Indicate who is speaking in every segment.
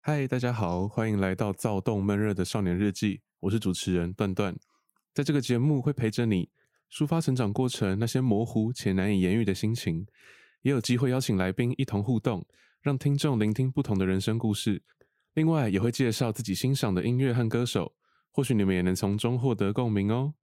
Speaker 1: 嗨，大家好，欢迎来到躁动闷热的少年日记，我是主持人段段。在这个节目会陪着你抒发成长过程那些模糊且难以言喻的心情，也有机会邀请来宾一同互动，让听众聆听不同的人生故事。另外，也会介绍自己欣赏的音乐和歌手，或许你们也能从中获得共鸣哦。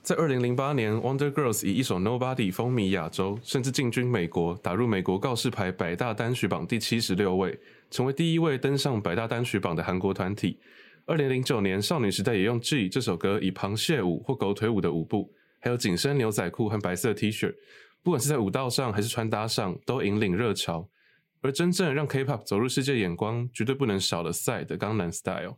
Speaker 1: 在二零零八年，Wonder Girls 以一首《Nobody》风靡亚洲，甚至进军美国，打入美国告示牌百大单曲榜第七十六位，成为第一位登上百大单曲榜的韩国团体。二零零九年，少女时代也用《G》这首歌以螃蟹舞或狗腿舞的舞步，还有紧身牛仔裤和白色 T 恤，不管是在舞蹈上还是穿搭上，都引领热潮。而真正让 K-pop 走入世界眼光，绝对不能少了 PSY 的《江南 Style》。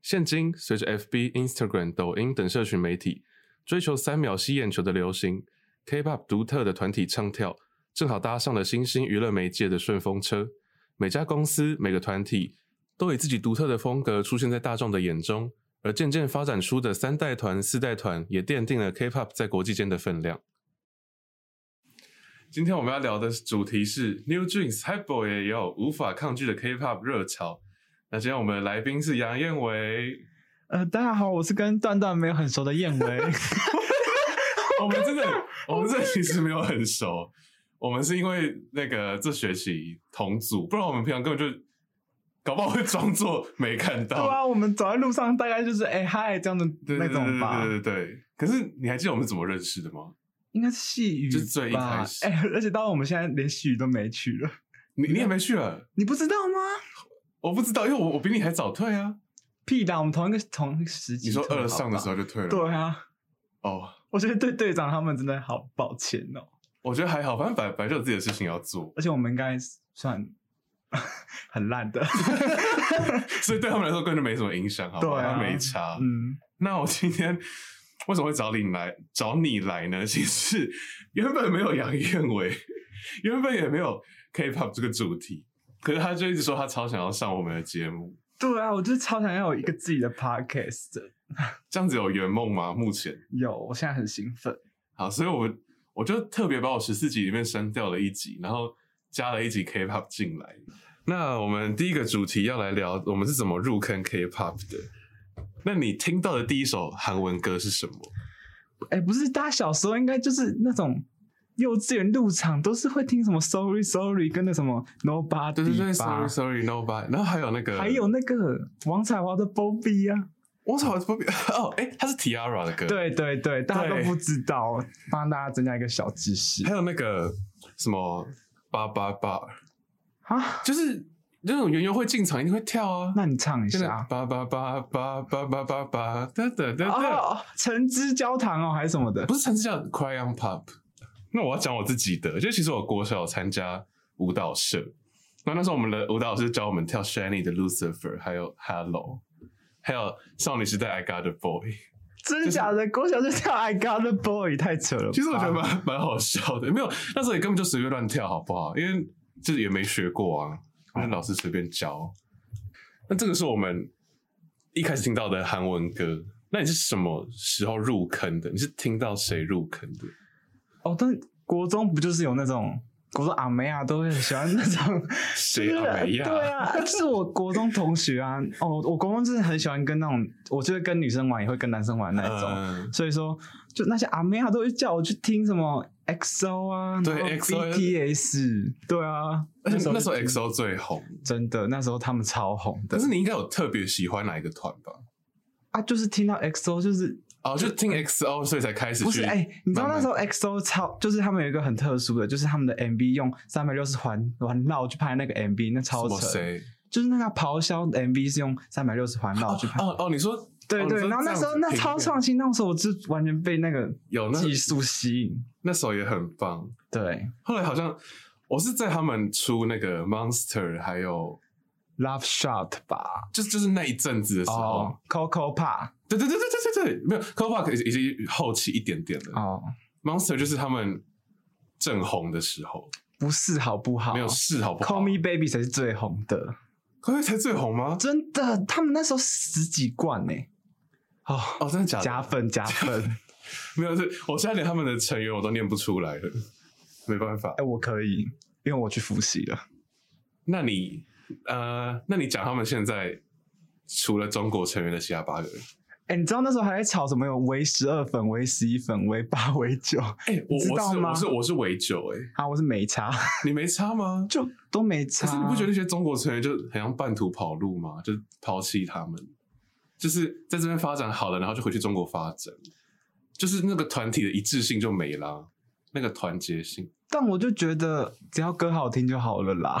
Speaker 1: 现今，随着 FB、Instagram、抖音等社群媒体追求三秒吸眼球的流行，K-pop 独特的团体唱跳，正好搭上了新兴娱乐媒介的顺风车。每家公司、每个团体都以自己独特的风格出现在大众的眼中，而渐渐发展出的三代团、四代团，也奠定了 K-pop 在国际间的分量。今天我们要聊的主题是 New Jeans、Hyper 也有无法抗拒的 K-pop 热潮。那今天我们的来宾是杨彦维，
Speaker 2: 呃，大家好，我是跟段段没有很熟的 燕维。
Speaker 1: 我们真的，我们这其实没有很熟，我们是因为那个这学期同组，不然我们平常根本就搞不好会装作没看
Speaker 2: 对
Speaker 1: 到。
Speaker 2: 啊，我们走在路上大概就是哎嗨这样的
Speaker 1: 对
Speaker 2: 那
Speaker 1: 对对
Speaker 2: 种吧，
Speaker 1: 对对对对。可是你还记得我们怎么认识的吗？
Speaker 2: 应该是细雨
Speaker 1: 就是最一
Speaker 2: 吧
Speaker 1: 开始
Speaker 2: 哎、而且到我们现在连细雨都没去了，
Speaker 1: 你你也没去啊？
Speaker 2: 你不知道吗？
Speaker 1: 我不知道，因为我我比你还早退啊。
Speaker 2: 屁啦，我们同一个同一个时期。
Speaker 1: 你说二上的时
Speaker 2: 候？
Speaker 1: 候就退了？
Speaker 2: 对啊，
Speaker 1: 哦，
Speaker 2: 我觉得对队长他们真的好抱歉哦、
Speaker 1: 我觉得还好，反正本来本来就有自己的事情要做，
Speaker 2: 而且我们应该算 很 烂的，
Speaker 1: 所以对他们来说根本就没什么影响，好吧？
Speaker 2: 对啊
Speaker 1: 他没差。
Speaker 2: 嗯，
Speaker 1: 那我今天为什么会找你来找你来呢？其实原本没有杨彦伟，原本也没有 K-pop 这个主题，可是他就一直说他超想要上我们的节目，
Speaker 2: 对啊，我就是超想要有一个自己的 podcast 的
Speaker 1: 这样子有圆梦吗？目前
Speaker 2: 有，我现在很兴奋。
Speaker 1: 好，所以我我就特别把我十四集里面删掉了一集，然后加了一集 K-pop 进来。那我们第一个主题要来聊，我们是怎么入坑 K-pop 的？那你听到的第一首韩文歌是什么？
Speaker 2: 哎、不是，大家小时候应该就是那种幼稚园入场都是会听什么 Sorry Sorry 跟那什么 Nobody
Speaker 1: 对对对
Speaker 2: 吧
Speaker 1: ，Sorry Sorry Nobody，然后还有那个，
Speaker 2: 还有那个王彩华的 Bobby 啊，
Speaker 1: 我操，不比哦，哎、他是 Tiara 的歌，，
Speaker 2: 对对对，大家
Speaker 1: 对
Speaker 2: 都不知道，帮大家增加一个小知识
Speaker 1: 还有那个什么八八八，
Speaker 2: 啊。
Speaker 1: 就是那种圆圆会进场一定会跳啊，
Speaker 2: 那你唱一
Speaker 1: 真的
Speaker 2: 下
Speaker 1: 八八八八八八八八，哒哒哒哒，
Speaker 2: 哦，橙汁焦糖哦，还是什么的
Speaker 1: 不是城市叫 Cry on Pop。那我要讲我自己的，就其实我国小有参加舞蹈社，那那时候我们的舞蹈老师教我们跳 Shiny 的 Lucifer，还有 Hello，还有少女时代 I Got a Boy。
Speaker 2: 真假的？国小就跳 I Got a Boy，太扯了吧。
Speaker 1: 其实我觉得蛮蛮好笑的，没有那时候也根本就随便乱跳，好不好？因为就是也没学过啊，那老师随便教。那这个是我们一开始听到的韩文歌。那你是什么时候入坑的？你是听到谁入坑的？
Speaker 2: 哦，但国中不就是有那种国中阿梅啊，都会很喜欢那种。
Speaker 1: 谁阿梅亚？
Speaker 2: 对 啊，就是我国中同学啊。哦，我国中真的很喜欢跟那种，我就会跟女生玩，也会跟男生玩那种。
Speaker 1: 嗯
Speaker 2: 所以说，就那些阿妹啊，都会叫我去听什么 XO 啊，
Speaker 1: 对
Speaker 2: 然后
Speaker 1: XO
Speaker 2: BTS，对啊。
Speaker 1: 而且那时候
Speaker 2: 就
Speaker 1: XO 最红，
Speaker 2: 真的，那时候他们超红的
Speaker 1: 可是你应该有特别喜欢哪一个团吧？
Speaker 2: 啊，就是听到 XO 就是
Speaker 1: 哦，就听 XO，所以才开始去。
Speaker 2: 呃不是哎、你知道
Speaker 1: 慢慢
Speaker 2: 那时候 XO 超就是他们有一个很特殊的，就是他们的 MV 用三百六十环环绕去拍那个 MV，那超
Speaker 1: 什么
Speaker 2: 扯，
Speaker 1: 谁？
Speaker 2: 就是那个咆哮的 MV 是用三百六十环 绕去拍。
Speaker 1: 哦哦，你说
Speaker 2: 对
Speaker 1: 哦你
Speaker 2: 对，
Speaker 1: 说
Speaker 2: 然后
Speaker 1: 这
Speaker 2: 那
Speaker 1: 样
Speaker 2: 时候
Speaker 1: 子
Speaker 2: 那
Speaker 1: 听
Speaker 2: 超
Speaker 1: 的
Speaker 2: 创新，那时候我就完全被那个
Speaker 1: 有那
Speaker 2: 技术 吸引。
Speaker 1: 那时候也很棒。
Speaker 2: 对
Speaker 1: 后来好像我是在他们出那个 Monster，还有
Speaker 2: ，Love Shot 吧，
Speaker 1: 就就是那一阵子的时候
Speaker 2: 哦，，Coco Pa，
Speaker 1: 对对对对对对对，没有 c o p a 已经已经后期一点点了、
Speaker 2: 哦，
Speaker 1: m o n s t e r 就是他们正红的时候，
Speaker 2: 不是好不好？
Speaker 1: 没有试好不好
Speaker 2: 哦 Call Me Baby 才是最红的，
Speaker 1: 可是才最红吗？
Speaker 2: 真的，他们那时候十几冠呢、哦，
Speaker 1: 哦，真的假的？
Speaker 2: 加分加分，
Speaker 1: 没有，是我现在连他们的成员我都念不出来了，没办法
Speaker 2: 哎、。我可以，因为我去复习了。
Speaker 1: 那你呃，那你讲他们现在除了中国成员的其他八个人，
Speaker 2: 哎、你知道那时候还在吵什么有唯十二粉、唯十一粉、唯八、唯九
Speaker 1: 哎、我
Speaker 2: 你知道
Speaker 1: 我是
Speaker 2: 吗
Speaker 1: 我是我是唯九哎、
Speaker 2: 啊？我是没差，
Speaker 1: 你没差吗？
Speaker 2: 就都没差。
Speaker 1: 可是你不觉得那些中国成员就很像半途跑路吗？就是抛弃他们，就是在这边发展好了，然后就回去中国发展，就是那个团体的一致性就没啦，那个团结性。
Speaker 2: 但我就觉得只要歌好听就好了啦。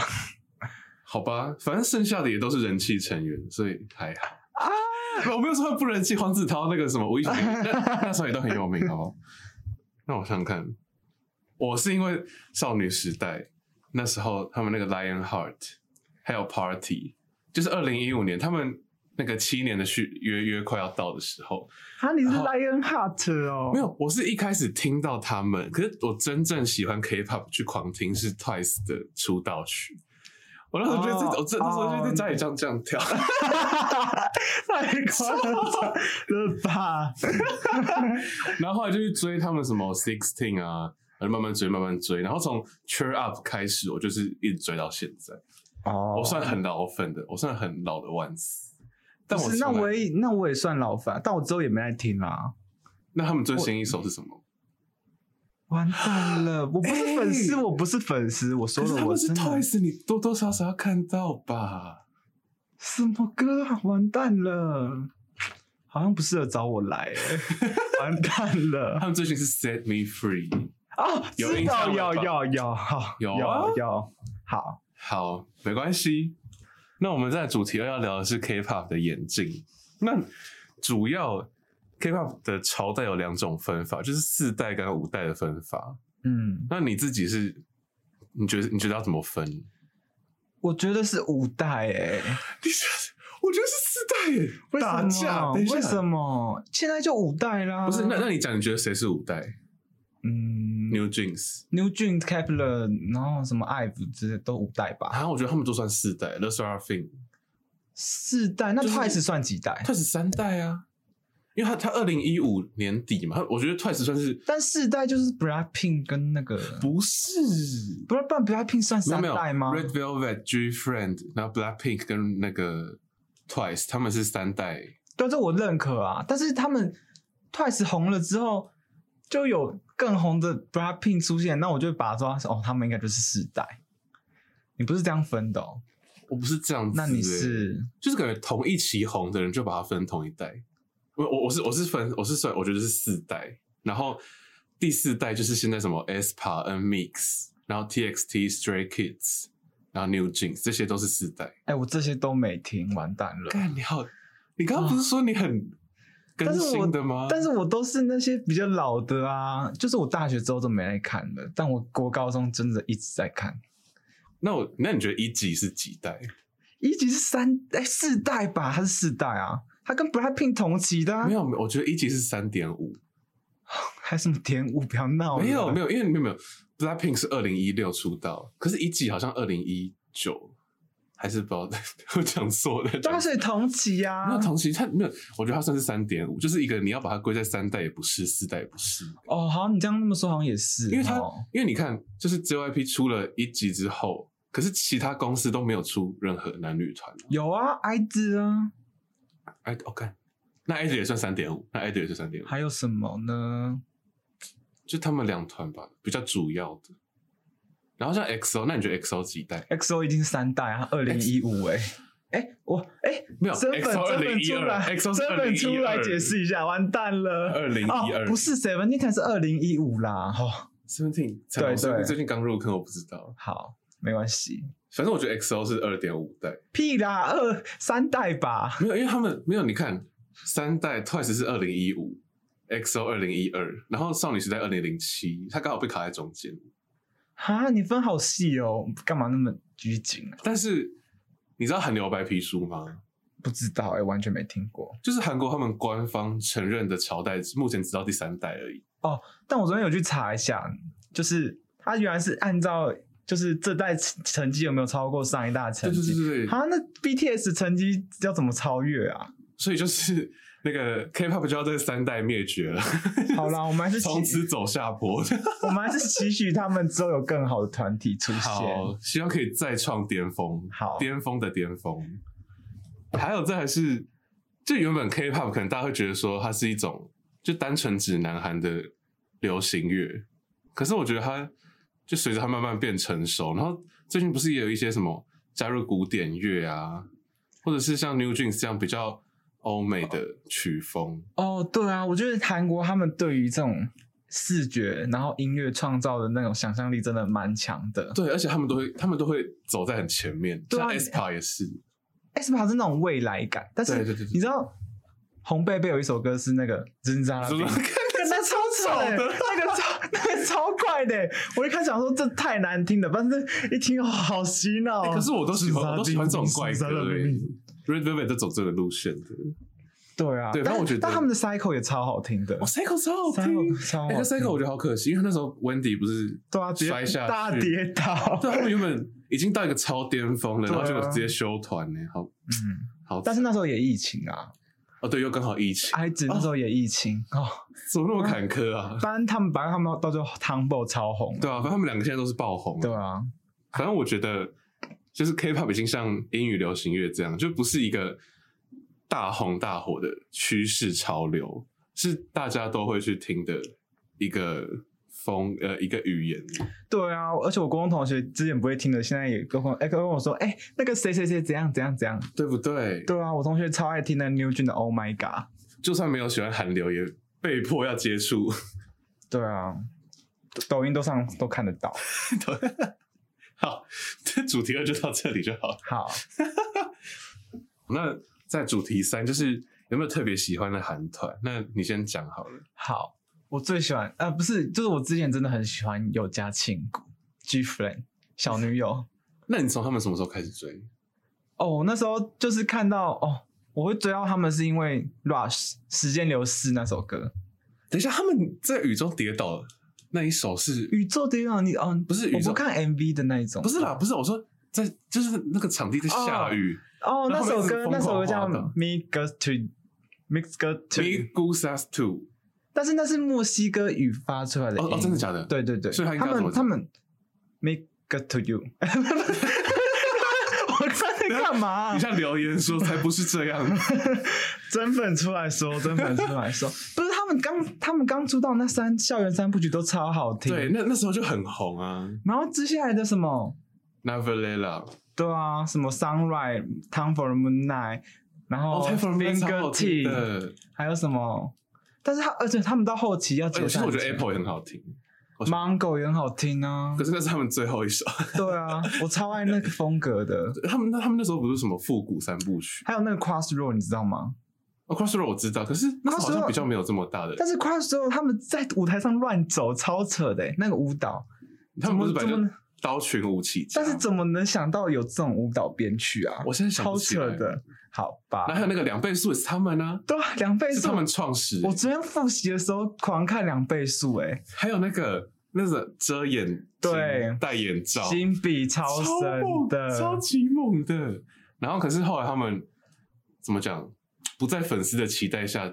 Speaker 1: 好吧，反正剩下的也都是人气成员，所以还好。啊，我没有说他不人气，黄子韬那个什么吴亦凡，那那时候也都很有名，好不好？那我想想看，我是因为少女时代那时候他们那个 Lion Heart，还有 Party，就是二零一五年他们那个七年的续约约快要到的时候，
Speaker 2: 啊，你是
Speaker 1: 然后
Speaker 2: Lion Heart 哦？
Speaker 1: 没，有，我是一开始听到他们，可是我真正喜欢 K-pop 去狂听是 Twice 的出道曲。我那时候觉得这
Speaker 2: 哦
Speaker 1: 我这那时候就在家里这样这样跳，
Speaker 2: 太夸张了吧？
Speaker 1: 然后后来就去追他们什么 Sixteen 啊，然后慢慢追慢慢追，然后从 Cheer Up 开始，我就是一直追到现在。
Speaker 2: 哦
Speaker 1: 我算很老粉的，我算很老的万斯。但
Speaker 2: 不
Speaker 1: 我
Speaker 2: 是，那
Speaker 1: 从来
Speaker 2: 我也那我也算老粉，啊但我之后也没来听啦。
Speaker 1: 那他们最新一首是什么？
Speaker 2: 完 蛋了，我不是粉丝，
Speaker 1: 哎
Speaker 2: 我不是粉丝，我说
Speaker 1: 可是
Speaker 2: 了，
Speaker 1: 他
Speaker 2: 我
Speaker 1: 们是
Speaker 2: 真的
Speaker 1: Twice，你多多少少要看到吧？
Speaker 2: 什么歌啊？完蛋了，好像不适合找我来、欸， 完蛋了
Speaker 1: 他们最新是 Set Me Free。
Speaker 2: 啊！
Speaker 1: 有
Speaker 2: 知
Speaker 1: 印
Speaker 2: 道
Speaker 1: 象了
Speaker 2: 要
Speaker 1: 吧
Speaker 2: 要要好
Speaker 1: 有啊
Speaker 2: 要要好，
Speaker 1: 好，没关系。那我们在主题二要聊的是 K-pop 的演进。那主要 K-pop 的朝代有两种分法，就是四代跟五代的分法。
Speaker 2: 嗯，
Speaker 1: 那你自己是，你觉得你觉得要怎么分？你
Speaker 2: 我觉得是五代哎、
Speaker 1: 我觉得是四代耶，打
Speaker 2: 为什
Speaker 1: 架，
Speaker 2: 么
Speaker 1: 等一下
Speaker 2: 为什？么？现在就五代啦，
Speaker 1: 不是，那那你讲，你觉得谁是五代
Speaker 2: 嗯
Speaker 1: ？New Jeans
Speaker 2: New Jeans Kepler，然后什么 IVE 之类都五代吧，
Speaker 1: 啊，我觉得他们都算四代。The s e r a p h i n
Speaker 2: 四代那
Speaker 1: 就是
Speaker 2: Twice 算几代？
Speaker 1: Twice 三代啊，因为他他二零一五年底嘛，他我觉得 Twice 算是
Speaker 2: 但四代就是 Blackpink 跟那个，
Speaker 1: 不是
Speaker 2: 不然不然 Blackpink 算
Speaker 1: 没有
Speaker 2: 三
Speaker 1: 没有
Speaker 2: 代吗？
Speaker 1: Red Velvet、G Friend，然后 Blackpink 跟那个 Twice，他们是三代。
Speaker 2: 对，这我认可啊。但是他们 Twice 红了之后，就有更红的 Blackpink 出现，那我就会把它抓哦，他们应该就是世代。你不是这样分的哦？
Speaker 1: 我不是这样子、
Speaker 2: 那
Speaker 1: 欸
Speaker 2: 你是
Speaker 1: 就是感觉同一期红的人就把它分同一代。我我我是我是分我是算我觉得是四代，然后第四代就是现在什么 aespa、N Mix，然后 TXT、Stray Kids，然后 New Jeans，这些都是四代。
Speaker 2: 哎、我这些都没听，完蛋了。
Speaker 1: 干你好，你刚刚不是说你很更
Speaker 2: 但是我
Speaker 1: 新的吗？
Speaker 2: 但是我都是那些比较老的啊，就是我大学之后都没来看的，但我国高中真的一直在看。
Speaker 1: 那我那你觉得一级是几代？
Speaker 2: 一级是三哎、四代吧，他是四代啊，他跟 Blackpink 同期的、啊，
Speaker 1: 没有，我觉得一级是三点五。
Speaker 2: 还什么点五，不要闹了，
Speaker 1: 没有没
Speaker 2: 有
Speaker 1: 有，因为没有没有，Blackpink 是二零一六出道，可是一季好像二零一九，还是不知道 我讲错了。
Speaker 2: 对啊，所以同期啊，
Speaker 1: 那同期他没有，我觉得他算是三点五，就是一个你要把它归在三代也不是，四代也不是，
Speaker 2: 哦，好，你这样那么说好像也是，
Speaker 1: 因为他、
Speaker 2: 哦
Speaker 1: 因为你看，就是 JYP 出了一季之后，可是其他公司都没有出任何男女团。
Speaker 2: 有啊，i 子啊，
Speaker 1: 哎，我、看，那 i d 也算三点五，那 i d 也算三点五，
Speaker 2: 还有什么呢？
Speaker 1: 就他们两团吧，比较主要的。然后像 XO，那你觉得 XO 几代？
Speaker 2: XO 已经是三代啊，二零一五哎。哎，我哎，
Speaker 1: 没有
Speaker 2: 身份
Speaker 1: XO
Speaker 2: 身份出来，
Speaker 1: 2012，XO 是
Speaker 2: 身份出来
Speaker 1: 2012
Speaker 2: 解释一下，完蛋了，
Speaker 1: 二零一
Speaker 2: 哦
Speaker 1: 二，
Speaker 2: 不是 Seventeen 是二零一五啦，哦，
Speaker 1: Seventeen，对
Speaker 2: 对
Speaker 1: 对，
Speaker 2: 对
Speaker 1: 最近刚入坑，我不知道。
Speaker 2: 好，没关系，
Speaker 1: 反正我觉得 XO 是二点五代，
Speaker 2: 屁啦，二三代吧，
Speaker 1: 没有，因为他们没有。你看，三代 Twice 是二零一五，XO 二零一二，然后少女时代二零零七，它刚好被卡在中间。
Speaker 2: 哈，你分好细哦，干嘛那么拘谨啊？
Speaker 1: 但是你知道韩流白皮书吗？
Speaker 2: 不知道哎、完全没听过。
Speaker 1: 就是韩国他们官方承认的朝代，目前只到第三代而已。
Speaker 2: 但我昨天有去查一下，就是它原来是按照就是这代成成绩有没有超过上一代的成
Speaker 1: 对
Speaker 2: 绩。
Speaker 1: 对对对，
Speaker 2: 啊，那 BTS 成绩要怎么超越啊？
Speaker 1: 所以就是那个 K-pop 就要这三代灭绝 了，
Speaker 2: 好啦，我们还 是期
Speaker 1: 从此走下坡。
Speaker 2: 我们还是期许他们之后有更好的团体出现。
Speaker 1: 好，希望可以再创巅峰，
Speaker 2: 好
Speaker 1: 巅峰的巅峰。还有再来是，就原本 K-pop 可能大家会觉得说它是一种就单纯指南韩的流行乐，可是我觉得它就随着它慢慢变成熟，然后最近不是也有一些什么加入古典乐啊，或者是像 New Jeans 这样比较欧美的曲风，
Speaker 2: 哦，对啊，我觉得韩国他们对于这种视觉，然后音乐创造的那种想象力真的蛮强的。
Speaker 1: 对，而且他们都会他们都会走在很前面，
Speaker 2: 对啊
Speaker 1: 像 s p a 也是，
Speaker 2: s p a 是那种未来感，但是
Speaker 1: 对对对对
Speaker 2: 你知道红贝贝有一首歌是那个“真扎拉
Speaker 1: 怎
Speaker 2: 比
Speaker 1: 么”，
Speaker 2: 那超丑的，那个超那个超怪的。我一开始想说这太难听了，但是一听哦，好洗脑哦、
Speaker 1: 欸可是我都喜欢，我都喜欢这种怪歌、欸
Speaker 2: 欸。。
Speaker 1: Red Velvet 都走这个路线的，
Speaker 2: 对啊，
Speaker 1: 对
Speaker 2: 但
Speaker 1: 但我觉得
Speaker 2: 但他们的 cycle 也超好听的
Speaker 1: 哇，Cycle 超好听。
Speaker 2: ，cycle 哦超好
Speaker 1: 哎、欸，
Speaker 2: 听
Speaker 1: 那 Cycle 我觉得好可惜，因为那时候 Wendy 不是
Speaker 2: 对啊，直
Speaker 1: 摔
Speaker 2: 接
Speaker 1: 下去
Speaker 2: 大跌倒。
Speaker 1: 对啊，他们原本已经到一个超巅峰了，
Speaker 2: 对
Speaker 1: 然
Speaker 2: 啊
Speaker 1: 后结果直接休团呢、好
Speaker 2: 嗯，
Speaker 1: 好，
Speaker 2: 但是哎那时候也疫情啊，
Speaker 1: 哦对，又刚好疫情，
Speaker 2: 埃及那时候也疫情哦。
Speaker 1: 怎么那么坎坷啊？
Speaker 2: 反正他们，反正他们到最后 Tumble 超红，
Speaker 1: 对啊，反正他们两个现在都是爆红。
Speaker 2: 对，啊，
Speaker 1: 反正我觉得就是 K-pop 已经像英语流行乐这样，就不是一个大红大火的趋势潮流，是大家都会去听的一个风呃一个语言。
Speaker 2: 对啊，而且我高中同学之前不会听的，现在也跟我哎、跟我说，哎、那个谁谁谁怎样怎样怎样。
Speaker 1: 对不对？
Speaker 2: 对啊，我同学超爱听那 New Jeans 的 Oh My God。
Speaker 1: 就算没有喜欢韩流，也被迫要接触。
Speaker 2: 对啊，抖音都上都看得到。
Speaker 1: 好，这主题二就到这里就好了。
Speaker 2: 好，
Speaker 1: 那在主题三，就是有没有特别喜欢的韩团？那你先讲好了。
Speaker 2: 好，我最喜欢呃，不是，就是我之前真的很喜欢有家庆谷 G Friend 小女友。
Speaker 1: 那你从他们什么时候开始追？
Speaker 2: 哦，那时候就是看到哦，我会追到他们是因为 Rush 时间流逝那首歌，
Speaker 1: 等一下，他们在雨中跌倒那一首是
Speaker 2: 宇宙跌宕你哦，
Speaker 1: 不是宇
Speaker 2: 我
Speaker 1: 宙
Speaker 2: 不看 MV 的那一种，
Speaker 1: 不是啦，不是我说在就是那个场地在下雨。
Speaker 2: 哦，
Speaker 1: 然后他
Speaker 2: 那首
Speaker 1: 们一直
Speaker 2: 歌那
Speaker 1: 疯
Speaker 2: 首
Speaker 1: 狂
Speaker 2: 歌叫
Speaker 1: 滑倒
Speaker 2: Me Goes to Mix Goes
Speaker 1: Big
Speaker 2: to，
Speaker 1: Goose Us Two，
Speaker 2: 但是那是墨西哥语发出来的
Speaker 1: 哦
Speaker 2: 音，
Speaker 1: 哦，真的假的？，
Speaker 2: 对对对，
Speaker 1: 所以他应该要怎么
Speaker 2: 们
Speaker 1: 讲
Speaker 2: 他们 Make Goes to You，我刚才干嘛啊、
Speaker 1: 你像留言说才不是这样。
Speaker 2: 真粉出来说，真粉出 来说，不是他们刚他们刚出道那三校园三部曲都超好听，
Speaker 1: 对，那那时候就很红啊
Speaker 2: 然后接下来的什么，
Speaker 1: ，Never Let Up。
Speaker 2: 对啊，什么 Sunrise、Time for the Moon Night，然后
Speaker 1: 哦，太 f o r m a 超好
Speaker 2: Finger
Speaker 1: 听
Speaker 2: Tea，
Speaker 1: 的。
Speaker 2: 还有什么？但是他而且他们到后期要
Speaker 1: 哎
Speaker 2: 解
Speaker 1: 其实
Speaker 2: 散，
Speaker 1: 我觉得 Apple 也很好听，我
Speaker 2: Mango 也很好听啊
Speaker 1: 可，是那是他们最后一首。
Speaker 2: 对啊，我超爱那个风格的，
Speaker 1: 他们那他们那时候不是什么复古三部曲、
Speaker 2: 还有那个 Crossroad 你知道吗？
Speaker 1: 哦、，Crossroad 我知道，可是那时候好
Speaker 2: Crossroad-
Speaker 1: 像比较没有这么大的。
Speaker 2: 但是 Crossroad 他们在舞台上乱走，超扯的、欸那个舞蹈，
Speaker 1: 他们不是
Speaker 2: 怎
Speaker 1: 本
Speaker 2: 么
Speaker 1: 来
Speaker 2: 怎么
Speaker 1: 就啊刀群舞起家，
Speaker 2: 但是怎么能想到有这种舞蹈编曲啊？
Speaker 1: 我现在想
Speaker 2: 超
Speaker 1: 不起
Speaker 2: 扯
Speaker 1: 来。
Speaker 2: 的，好吧
Speaker 1: 然后？还有那个两倍数也是他们啊，
Speaker 2: 对啊，两倍
Speaker 1: 是
Speaker 2: 速
Speaker 1: 他。们创始。
Speaker 2: 我昨天复习的时候狂看两倍速、欸，
Speaker 1: 还有那个那个遮眼睛
Speaker 2: 对
Speaker 1: 戴眼罩，
Speaker 2: 哎，金笔超
Speaker 1: 哦猛
Speaker 2: 深的，
Speaker 1: 超级猛的。然后可是后来他们怎么讲？不在粉丝的期待下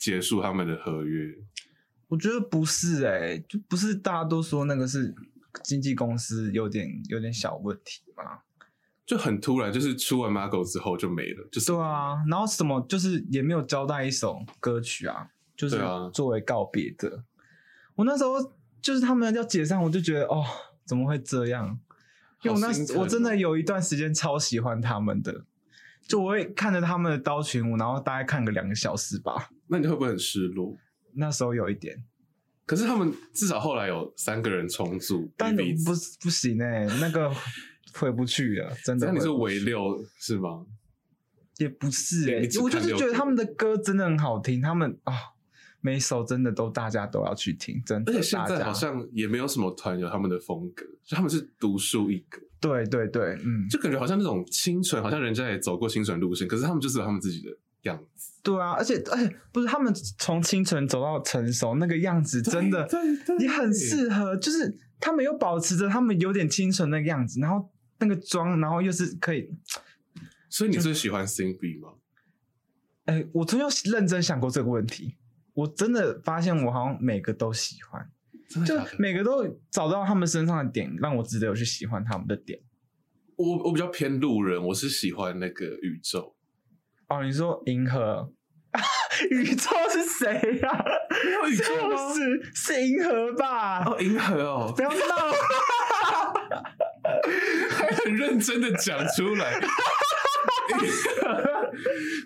Speaker 1: 结束他们的合约。
Speaker 2: 我觉得不是哎、就不是大家都说那个是经纪公司有点有点小问题嘛？
Speaker 1: 就很突然，就是出完 Margo 之后就没了，就是
Speaker 2: 对啊，然后什么就是也没有交代一首歌曲啊，就是
Speaker 1: 对啊
Speaker 2: 作为告别的。我那时候就是他们要解散，我就觉得哦，怎么会这样？因为我
Speaker 1: 好心疼
Speaker 2: 那
Speaker 1: 哦
Speaker 2: 我真的有一段时间超喜欢他们的，就我会看着他们的刀群舞，然后大概看个两个小时吧。
Speaker 1: 那你会不会很失落？
Speaker 2: 那时候有一点，
Speaker 1: 可是他们至少后来有三个人重组，
Speaker 2: 但
Speaker 1: 比
Speaker 2: 不
Speaker 1: 彼此
Speaker 2: 不行哎、那个回不去了，真的
Speaker 1: 那
Speaker 2: 回不去。
Speaker 1: 你是唯六是吗？
Speaker 2: 也不是
Speaker 1: 对
Speaker 2: 哎、
Speaker 1: 你只
Speaker 2: 我就
Speaker 1: 看
Speaker 2: 是
Speaker 1: 六
Speaker 2: 觉得
Speaker 1: 个
Speaker 2: 他们的歌真的很好听，他们啊、每一首真的都大家都要去听，真的。
Speaker 1: 而且现
Speaker 2: 大
Speaker 1: 在
Speaker 2: 家
Speaker 1: 好像也没有什么团有他们的风格，就他们是独树一格，
Speaker 2: 对对对，嗯，
Speaker 1: 就感觉好像那种清纯，好像人家也走过清纯路线，可是他们就是有他们自己的样子，
Speaker 2: 对啊，而且而且不是他们从清纯走到成熟那个样子，真的
Speaker 1: 对欸对
Speaker 2: 也很适合，就是他们又保持着他们有点清纯的样子，然后那个妆，然后又是可以，
Speaker 1: 所以你最喜欢 Sing B 吗？
Speaker 2: 哎、我真有认真想过这个问题，我真的发现我好像每个都喜欢，
Speaker 1: 真的
Speaker 2: 就
Speaker 1: 假的？
Speaker 2: 每个都找到他们身上的点，让我值得有去喜欢他们的点。
Speaker 1: 我我比较偏路人，我是喜欢那个宇宙，
Speaker 2: 哦，你说银河？ 宇宙是谁呀、
Speaker 1: 没有宇宙吗
Speaker 2: 就？是是银河吧？
Speaker 1: 哦，银河哦
Speaker 2: 不，要闹！
Speaker 1: 还 很认真的讲出来。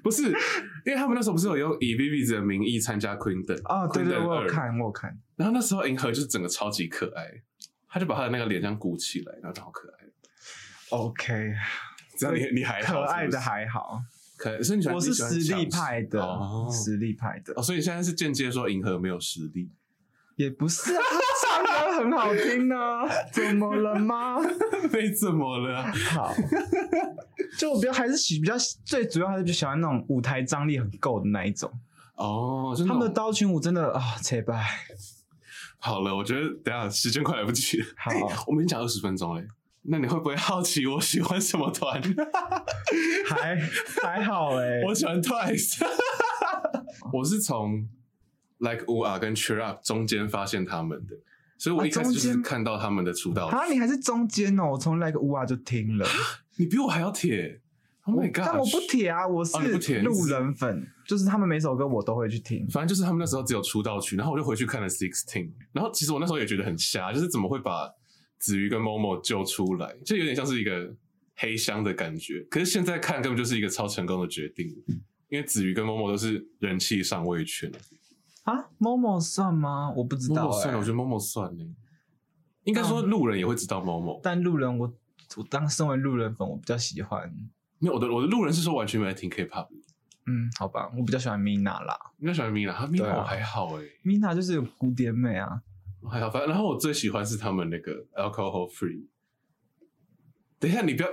Speaker 1: 不是，因为他们那时候不是有用以 Vivi 的名义参加 Queen 的
Speaker 2: 哦，对对，我
Speaker 1: Queendom 二
Speaker 2: 有，看，我有看。
Speaker 1: 然后那时候银河就是整个超级可爱，他就把他的那个脸这样鼓起来，然后就好可爱。
Speaker 2: OK，
Speaker 1: 这样你你还好
Speaker 2: 可爱
Speaker 1: 是不是
Speaker 2: 的还好，
Speaker 1: 可爱，所以你喜欢
Speaker 2: 我是
Speaker 1: 你喜欢
Speaker 2: 实力
Speaker 1: 强势
Speaker 2: 派的
Speaker 1: 哦，
Speaker 2: 实力派的
Speaker 1: 哦，所以你现在是间接说银河没有实力，
Speaker 2: 也不是啊，唱歌很好听啊， 怎么了吗？
Speaker 1: 没怎么了啊、
Speaker 2: 好， 就我比较还是喜比较最主要还是比较喜欢那种舞台张力很够的那一种，
Speaker 1: 哦，就那
Speaker 2: 他
Speaker 1: 种
Speaker 2: 们的刀群舞真的啊，切拜，
Speaker 1: 好了，我觉得等一下时间快来不 及了。
Speaker 2: 好
Speaker 1: 我们已经讲二十分钟嘞，那你会不会好奇我喜欢什么团？
Speaker 2: 还还好哎、
Speaker 1: 我喜欢 Twice，我是从 Like U R 跟 Cheer Up 中间发现他们的，所以我一开始就
Speaker 2: 啊中
Speaker 1: 是
Speaker 2: 间
Speaker 1: 看到他们的出道。
Speaker 2: 啊，你还是中间哦，我从那个乌啊就听了。
Speaker 1: 你比我还要铁！Oh my god！
Speaker 2: 但我不，铁啊，我
Speaker 1: 哦你不
Speaker 2: 是
Speaker 1: 铁
Speaker 2: 路人粉，就是他们每首歌我都会去听。
Speaker 1: 反正就是他们那时候只有出道曲，然后我就回去看了 Sixteen，然后其实我那时候也觉得很瞎，就是怎么会把子瑜跟 Momo 救出来，就有点像是一个黑箱的感觉。可是现在看根本就是一个超成功的决定，因为子
Speaker 2: 嗯
Speaker 1: 瑜跟 Momo 都是人气上位圈。
Speaker 2: 啊，Momo 算吗？我不知道、
Speaker 1: Momo
Speaker 2: 欸。嗯
Speaker 1: 算了，我觉得 Momo 算呢，应该说路人也会知道 Momo。
Speaker 2: 但路人我，我当身为路人粉，我比较喜欢，
Speaker 1: 没有，我的我的路人是说完全没在听 K-pop，的
Speaker 2: 嗯，好吧，我比较喜欢 Mina 啦。
Speaker 1: 你喜欢 Mina，她
Speaker 2: 对
Speaker 1: Mina
Speaker 2: 啊
Speaker 1: 我还好哎、
Speaker 2: Mina 就是有古典美啊，
Speaker 1: 我还好。反正然后我最喜欢是他们那个 Alcohol Free。等一下，你不要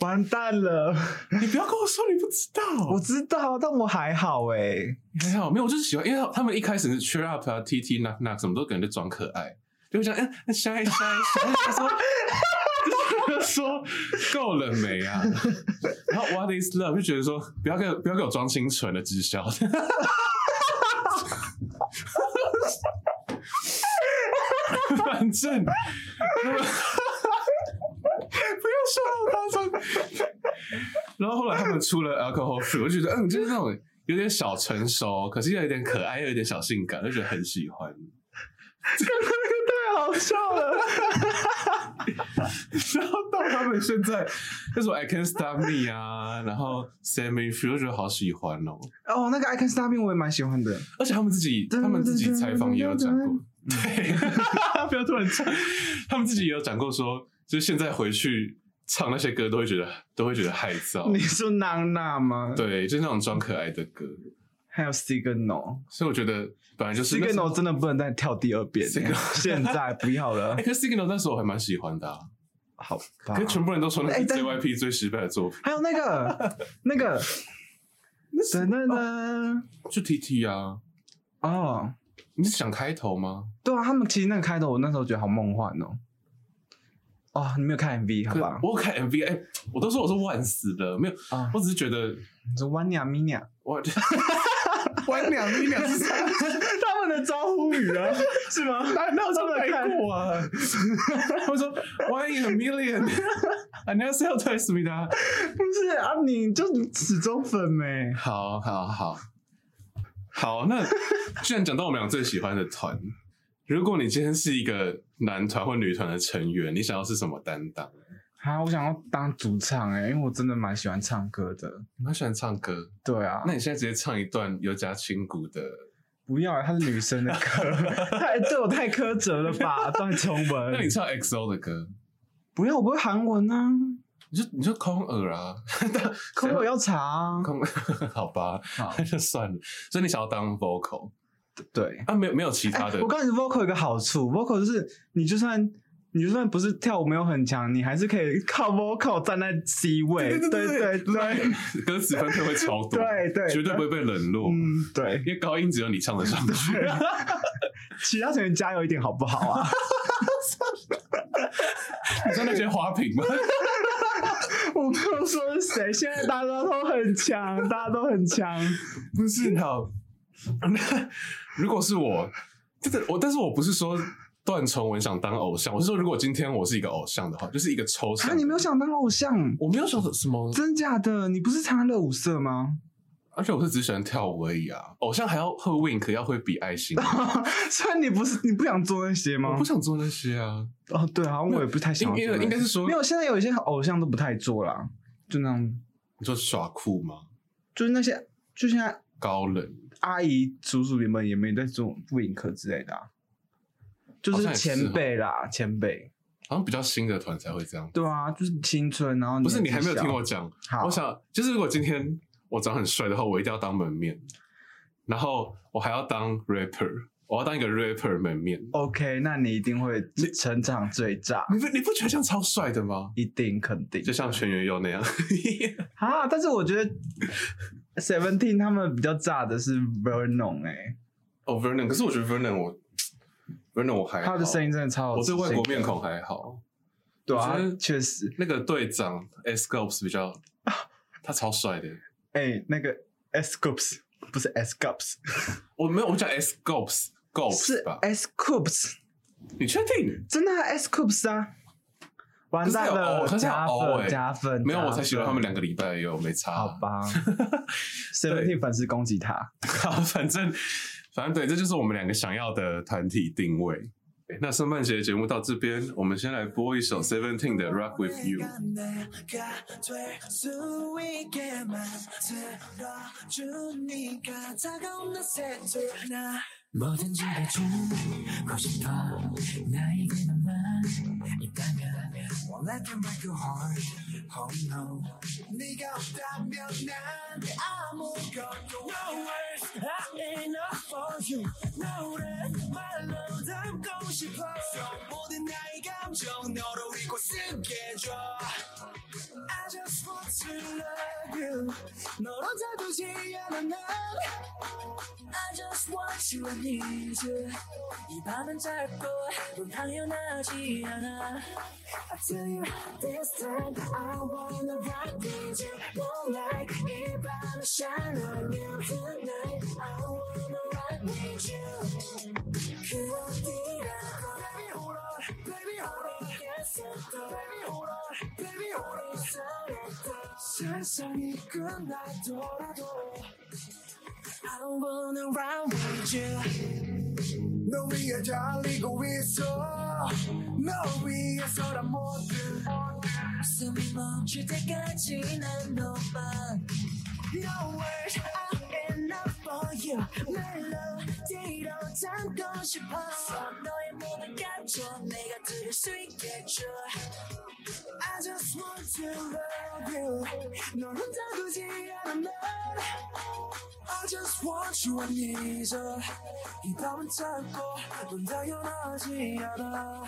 Speaker 2: 完蛋了，
Speaker 1: 你不要跟我说你不知道，
Speaker 2: 我知道，但我还好哎、
Speaker 1: 还好没有，我就是喜欢，因为他们一开始是 cheer up 啊，T T knock knock 什么都感觉装可爱，就会讲嗯，那下一下一下一，他说就是说 够了没啊？然后 What is love 就觉得说不要给我不要给我装清纯的直销， 反正 不要笑到他说。然后后来他们出了 Alcohol Free，我就觉得嗯，就是那种有点小成熟，可是又有点可爱，又有点小性感，就觉得很喜欢。
Speaker 2: 太好笑 了，
Speaker 1: 然后到他们现在，那什么 I Can Stop Me 啊，然后 Set Me Free，我就觉得好喜欢哦。
Speaker 2: 哦，那个 I Can Stop Me 我也蛮喜欢的，
Speaker 1: 而且他们自己，他们自己采访也有讲过，对， 不要突然唱，他们自己也有讲过说，就是现在回去唱那些歌，都会觉得都会觉得害臊
Speaker 2: 你。说娜娜吗？，
Speaker 1: 对，就是那种装可爱的歌，
Speaker 2: 还有 Signal。
Speaker 1: 所以我觉得本来就是那时候
Speaker 2: Signal 真的不能再跳第二遍欸，现在不要了
Speaker 1: 哎，，可是 Signal 那时候我还蛮喜欢的、啊，
Speaker 2: 好吧
Speaker 1: 可是。全部人都说那
Speaker 2: 哎
Speaker 1: 是
Speaker 2: 但
Speaker 1: JYP 最失败的作品，
Speaker 2: 还有那 个那个噔噔噔
Speaker 1: 就 TT 啊。
Speaker 2: 哦，
Speaker 1: 你是想开头吗？
Speaker 2: 对啊，他们其实那个开头我那时候觉得好梦幻哦。哦，你没有看 MV 好
Speaker 1: 可
Speaker 2: 吧？
Speaker 1: 我有看 MV，哎、我都说我是万死的，没有，
Speaker 2: 啊，
Speaker 1: 我只是觉得
Speaker 2: 你说 One 两 Mina，
Speaker 1: 我万 两一两是啥？
Speaker 2: 他们的招呼语啊， 是吗？
Speaker 1: 哪哪有这么带过啊？他们说 One in a million，안녕하세요트와이스입니다。
Speaker 2: 不是啊，你就始终粉欸呗。
Speaker 1: 好好好好，那既然讲到我们俩最喜欢的团，如果你今天是一个男团或女团的成员，你想要是什么担当？
Speaker 2: 啊，我想要当主唱哎、因为我真的蛮喜欢唱歌的。
Speaker 1: 你蛮喜欢唱歌，
Speaker 2: 对啊，
Speaker 1: 那你现在直接唱一段尤加清谷的，
Speaker 2: 不要、欸，她是女生的歌， 太对我太苛责了 吧？段崇
Speaker 1: 那你
Speaker 2: 文，
Speaker 1: 唱 XO 的歌，
Speaker 2: 不要，我不会韩文啊，
Speaker 1: 你就你就空耳啊，
Speaker 2: 可我要查啊。
Speaker 1: 空 好吧，
Speaker 2: 好
Speaker 1: 那就算了。所以你想要当 vocal
Speaker 2: 对，
Speaker 1: 啊？没有没有其他
Speaker 2: 哎
Speaker 1: 的
Speaker 2: 我告诉你，vocal 有一个好处，vocal 就是你就算你就算不是跳舞没有很强，你还是可以靠 vocal 站在 C 位。对对对，
Speaker 1: 歌词分配会超多，
Speaker 2: 对对
Speaker 1: 绝对不会被冷落，
Speaker 2: 嗯对，
Speaker 1: 因为高音只有你唱得上去。
Speaker 2: 其他成员加油一点好不好啊？
Speaker 1: 你说那些花瓶吗？
Speaker 2: 我不用说是谁，现在大家都很强，大家都很强。
Speaker 1: 不是好，那如果是我，就是我，但是我不是说段崇文想当偶像，我是说如果今天我是一个偶像的话，就是一个抽
Speaker 2: 啊，
Speaker 1: 象。
Speaker 2: 你没有想当偶像？
Speaker 1: 我没有想什么，
Speaker 2: 真假的？你不是参加热舞社吗？
Speaker 1: 而且我是只喜欢跳舞而已啊。偶像还要会 wink，要会比爱心，
Speaker 2: 所以你不是你不想做那些吗
Speaker 1: 我不？想做那些啊。
Speaker 2: 哦，对，好像我也不太想
Speaker 1: 应
Speaker 2: 要做那
Speaker 1: 应
Speaker 2: 些。
Speaker 1: 应该是说
Speaker 2: 没，有，现在有一些偶像都不太做啦，就那种，
Speaker 1: 你说耍酷吗？
Speaker 2: 就是那些，就现在
Speaker 1: 高冷，
Speaker 2: 阿姨、叔叔们也没在做不影课之类的、啊，就
Speaker 1: 好
Speaker 2: 是哦
Speaker 1: 像也是
Speaker 2: 前辈啦，前辈，
Speaker 1: 好像比较新的团才会这样。
Speaker 2: 对啊，就是青春，然后
Speaker 1: 嗯不是啊你
Speaker 2: 年纪
Speaker 1: 还没有
Speaker 2: 小
Speaker 1: 听我讲，
Speaker 2: 好，
Speaker 1: 我想，就是如果今天我长很帅的话，我一定要当门面，然后我还要当 rapper，我要当一个 rapper 门面。
Speaker 2: OK，那你一定会成长最炸，
Speaker 1: 你不你不觉得这样超帅的吗？
Speaker 2: 一定肯定
Speaker 1: 就像全员佑那样，
Speaker 2: 啊！但是我觉得 Seventeen 他们比较炸的是 Vernon 哎、
Speaker 1: 哦 Vernon，可是我觉得 Vernon 我 Vernon 我还好
Speaker 2: 他的声音，真的超好
Speaker 1: 我
Speaker 2: 吃
Speaker 1: 对外国面
Speaker 2: 这
Speaker 1: 孔
Speaker 2: 个
Speaker 1: 还好。
Speaker 2: 对
Speaker 1: 我
Speaker 2: 啊
Speaker 1: 觉得，
Speaker 2: 确实
Speaker 1: 那个队长 S Gobs 比 较，他超帅的。
Speaker 2: 哎、那个 S Groups 不是 S Groups
Speaker 1: 我没有，我叫 S Gobs Gobs
Speaker 2: 是
Speaker 1: 吧？
Speaker 2: S Groups，
Speaker 1: 你确定？
Speaker 2: 真的啊 S Groups 啊！完蛋了，
Speaker 1: 可是有 O，可是
Speaker 2: 加
Speaker 1: 有 O 欸
Speaker 2: 分加分，
Speaker 1: 没有，我才喜
Speaker 2: 喜
Speaker 1: 欢
Speaker 2: 欢
Speaker 1: 他们两个礼拜而已，我没差。啊
Speaker 2: 好 吧，Seventeen 粉丝攻击他，
Speaker 1: 好，反正反正对，这就是我们两个想要的团体定位。诶那上半节的节目到这边，我们先来播一首 Seventeen 的《Rock with You》。
Speaker 3: 내가 될 수 있게만 들어주니까 다가온 나 새들 나 뭐든지 해주고 싶어 나에게만 있다면 Well I can break your heart Oh no 네가 없다면 난내 아무것도 No words I ain't up for you 너를 말로 담고 싶어 So 모든 나의 감정 너로 읽고 쓰게 해줘 I just want to love you 너랑 다투지 않아 난 I just want you I need you 이 밤은 짧고 넌 당연하지 않아 I tell you this time I wanna rock with you moonlight 이 밤은 shine on you tonight I wanna rock with you 그 어디라도 Baby hold on Baby hold on Yes Baby hold on Baby hold on 사랑했다 세상이 끝나더라도 I wanna run with you 너 위에 달리고 있어 너 위에서 난 모든 숨이 멈출 때까지 난 너만 No words I am not for you 멜로디로 담고 싶어 너의 모든 감정 내가 들을 수 있게 줘 I just want to love you 널 혼자 두지 않아 난 I just want you I need you 이 밤은 짧고 넌 당연하지 않아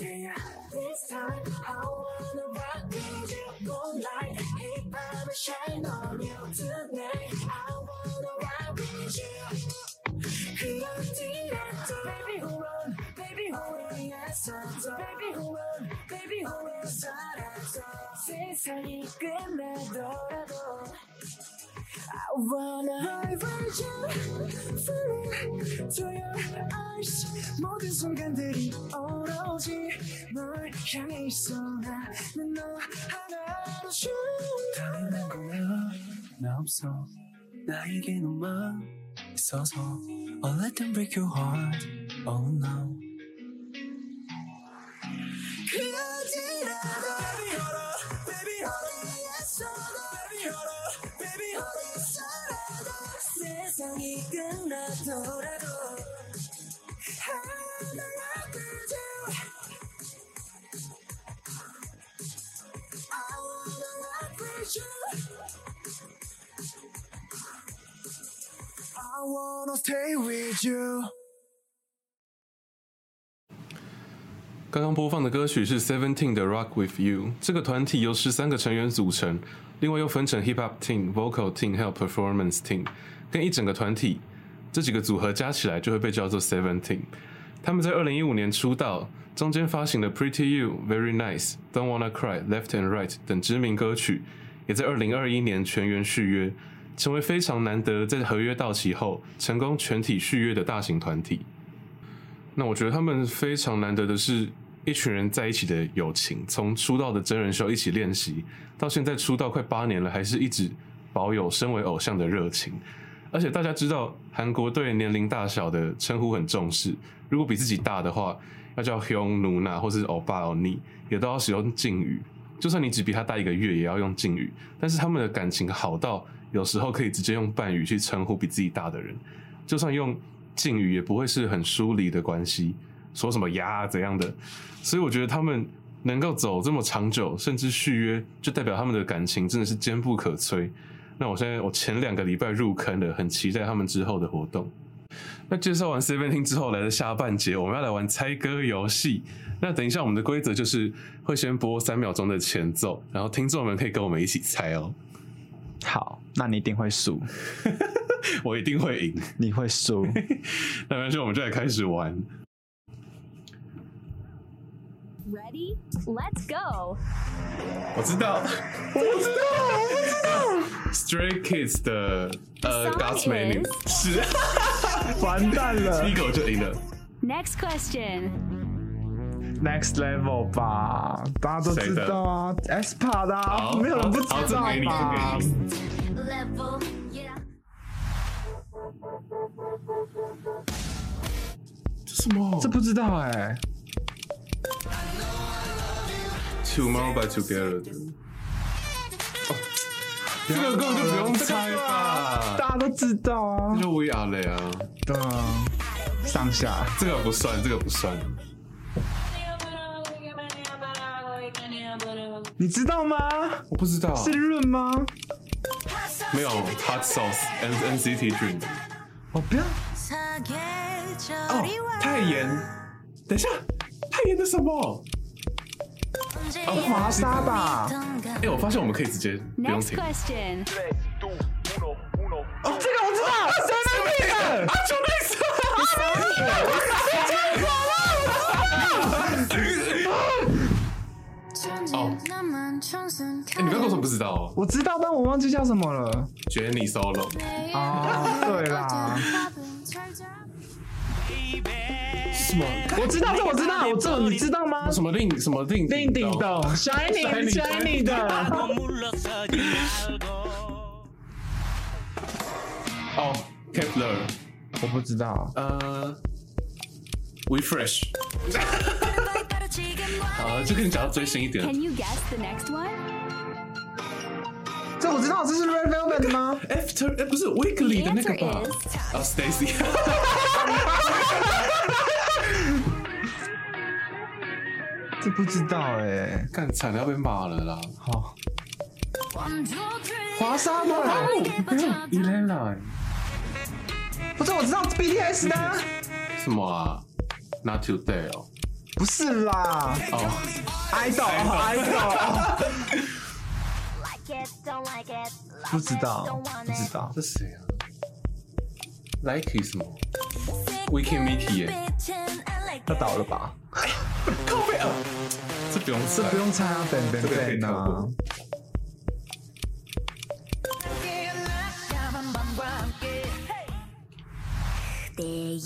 Speaker 3: Yeah, this time I wanna rock with you moonlight. 이 밤은 shine on you tonight. I wanna rock with you. 그 어디라도 baby hold on, baby hold on, yes I'm done. baby hold on, baby hold on, 사라져 세상이 끝나더라도. I wanna invite you Falling to your eyes 모든 순간들이 오로지 널 향해 있어 나는 너 하나로 당연한 거야 나 없어 나에게 너만 있어서 I'll let them break your heart Oh no 그지라도 Baby hold on Baby hold on Yes or no Baby hold on Baby hold on 사랑도 세상이 끝나더라도 하나 아프죠 I wanna rock with you I wanna stay with you
Speaker 1: 刚刚播放的歌曲是 Seventeen 的《Rock with You》。这个团体由十三个成员组成，另外又分成 Hip Hop Team、Vocal Team 还有 Performance Team，跟一整个团体。这几个组合加起来就会被叫做 Seventeen。他们在二零一五年出道，中间发行了《Pretty You》、《Very Nice》、《Don't Wanna Cry》、《Left and Right》等知名歌曲，也在二零二一年全员续约，成为非常难得在合约到期后成功全体续约的大型团体。那我觉得他们非常难得的是一群人在一起的友情，从出道的真人秀一起练习，到现在出道快八年了，还是一直保有身为偶像的热情。而且大家知道，韩国对年龄大小的称呼很重视，如果比自己大的话，要叫 hyung nu na 或是欧巴欧尼，也都要使用敬语。就算你只比他大一个月，也要用敬语。但是他们的感情好到有时候可以直接用半语去称呼比自己大的人，就算用敬语也不会是很疏离的关系，说什么呀怎样的。所以我觉得他们能够走这么长久，甚至续约，就代表他们的感情真的是坚不可摧。那我现在我前两个礼拜入坑了，很期待他们之后的活动。那介绍完 Seventeen 之后，来了下半节，我们要来玩猜歌游戏。那等一下，我们的规则就是会先播三秒钟的前奏，然后听众们可以跟我们一起猜哦。
Speaker 2: 好，那你一定会 输，
Speaker 1: 我一定会赢。
Speaker 2: 你会输。
Speaker 1: 那没关系，我们就来开始玩。
Speaker 4: Ready? Let's go.
Speaker 5: 我知道，我知道，我知道。Stray Kids 的
Speaker 4: The
Speaker 5: 呃
Speaker 4: song
Speaker 5: God's Menu 是
Speaker 2: 完蛋了
Speaker 5: 第一个我就赢了，
Speaker 4: Next question.
Speaker 2: ，Next Level 吧，大家都知道啊，S p a 的啊，
Speaker 5: 好
Speaker 2: 没有人不知
Speaker 5: 好
Speaker 2: 道
Speaker 5: 好这给你
Speaker 2: 吧
Speaker 5: 这？
Speaker 4: Level. Yeah.
Speaker 5: 这什么
Speaker 2: 这不知道哎，
Speaker 5: Tomorrow by Together 的。哦这个根本就不用猜吧，
Speaker 2: 大家都知道啊，
Speaker 5: 就 We Are 嘞啊，
Speaker 2: 对啊，上下
Speaker 5: 这个不算，这个不算。
Speaker 2: 你知道吗？
Speaker 5: 我不知道，
Speaker 2: 是润吗？
Speaker 5: 没有 Hot Sauce N N C T Dream
Speaker 2: 我不要，
Speaker 5: 哦，太妍，等一下，太妍的什么？
Speaker 2: 华沙吧？
Speaker 5: 哎，我发现我们可以直接不用哎
Speaker 4: Next
Speaker 5: 停。
Speaker 4: question.
Speaker 2: 哦，这个我知道，神啊秘的，
Speaker 5: 阿丘奈斯，
Speaker 6: 哦，
Speaker 5: 哎你不要跟我说不知道哦
Speaker 2: 我知道，但我忘记叫什么了。
Speaker 5: ，Jenny Solo。
Speaker 2: 啊，对啦，
Speaker 5: 什么？
Speaker 2: 我知道，这我知道，我这你知道吗？
Speaker 5: 什么令什么令
Speaker 2: 定定的
Speaker 5: 的？
Speaker 2: ，Shining Shining 的，
Speaker 5: 哦，Kepler，
Speaker 2: 我不知道。
Speaker 1: Uh,
Speaker 5: 呃，Refresh。好，就跟你讲到最新一点。
Speaker 4: Can you guess the next one?
Speaker 2: 这我知道，这是 Red Velvet 吗？
Speaker 5: After 哎，不是 Weekly 的那个吧？啊，Stacy。
Speaker 2: 这不知道哎。
Speaker 5: 干惨了，要被骂了啦。
Speaker 2: 好，华沙吧，嗯
Speaker 5: Elena，
Speaker 2: 不是我知道 BTS 的啊，
Speaker 5: 什么啊？Not today 哦。
Speaker 2: 不是啦
Speaker 5: 哦，
Speaker 2: ，idol 哦 idol，不知道，不知道，
Speaker 5: 这谁啊？Likey 什么？Wiki Mickey 耶，
Speaker 2: 要倒了吧？
Speaker 5: 这不用
Speaker 2: 这
Speaker 5: 猜
Speaker 2: 不。用猜啊，等等
Speaker 5: 这个可以
Speaker 2: 等
Speaker 5: 跳
Speaker 2: 啊
Speaker 5: 过。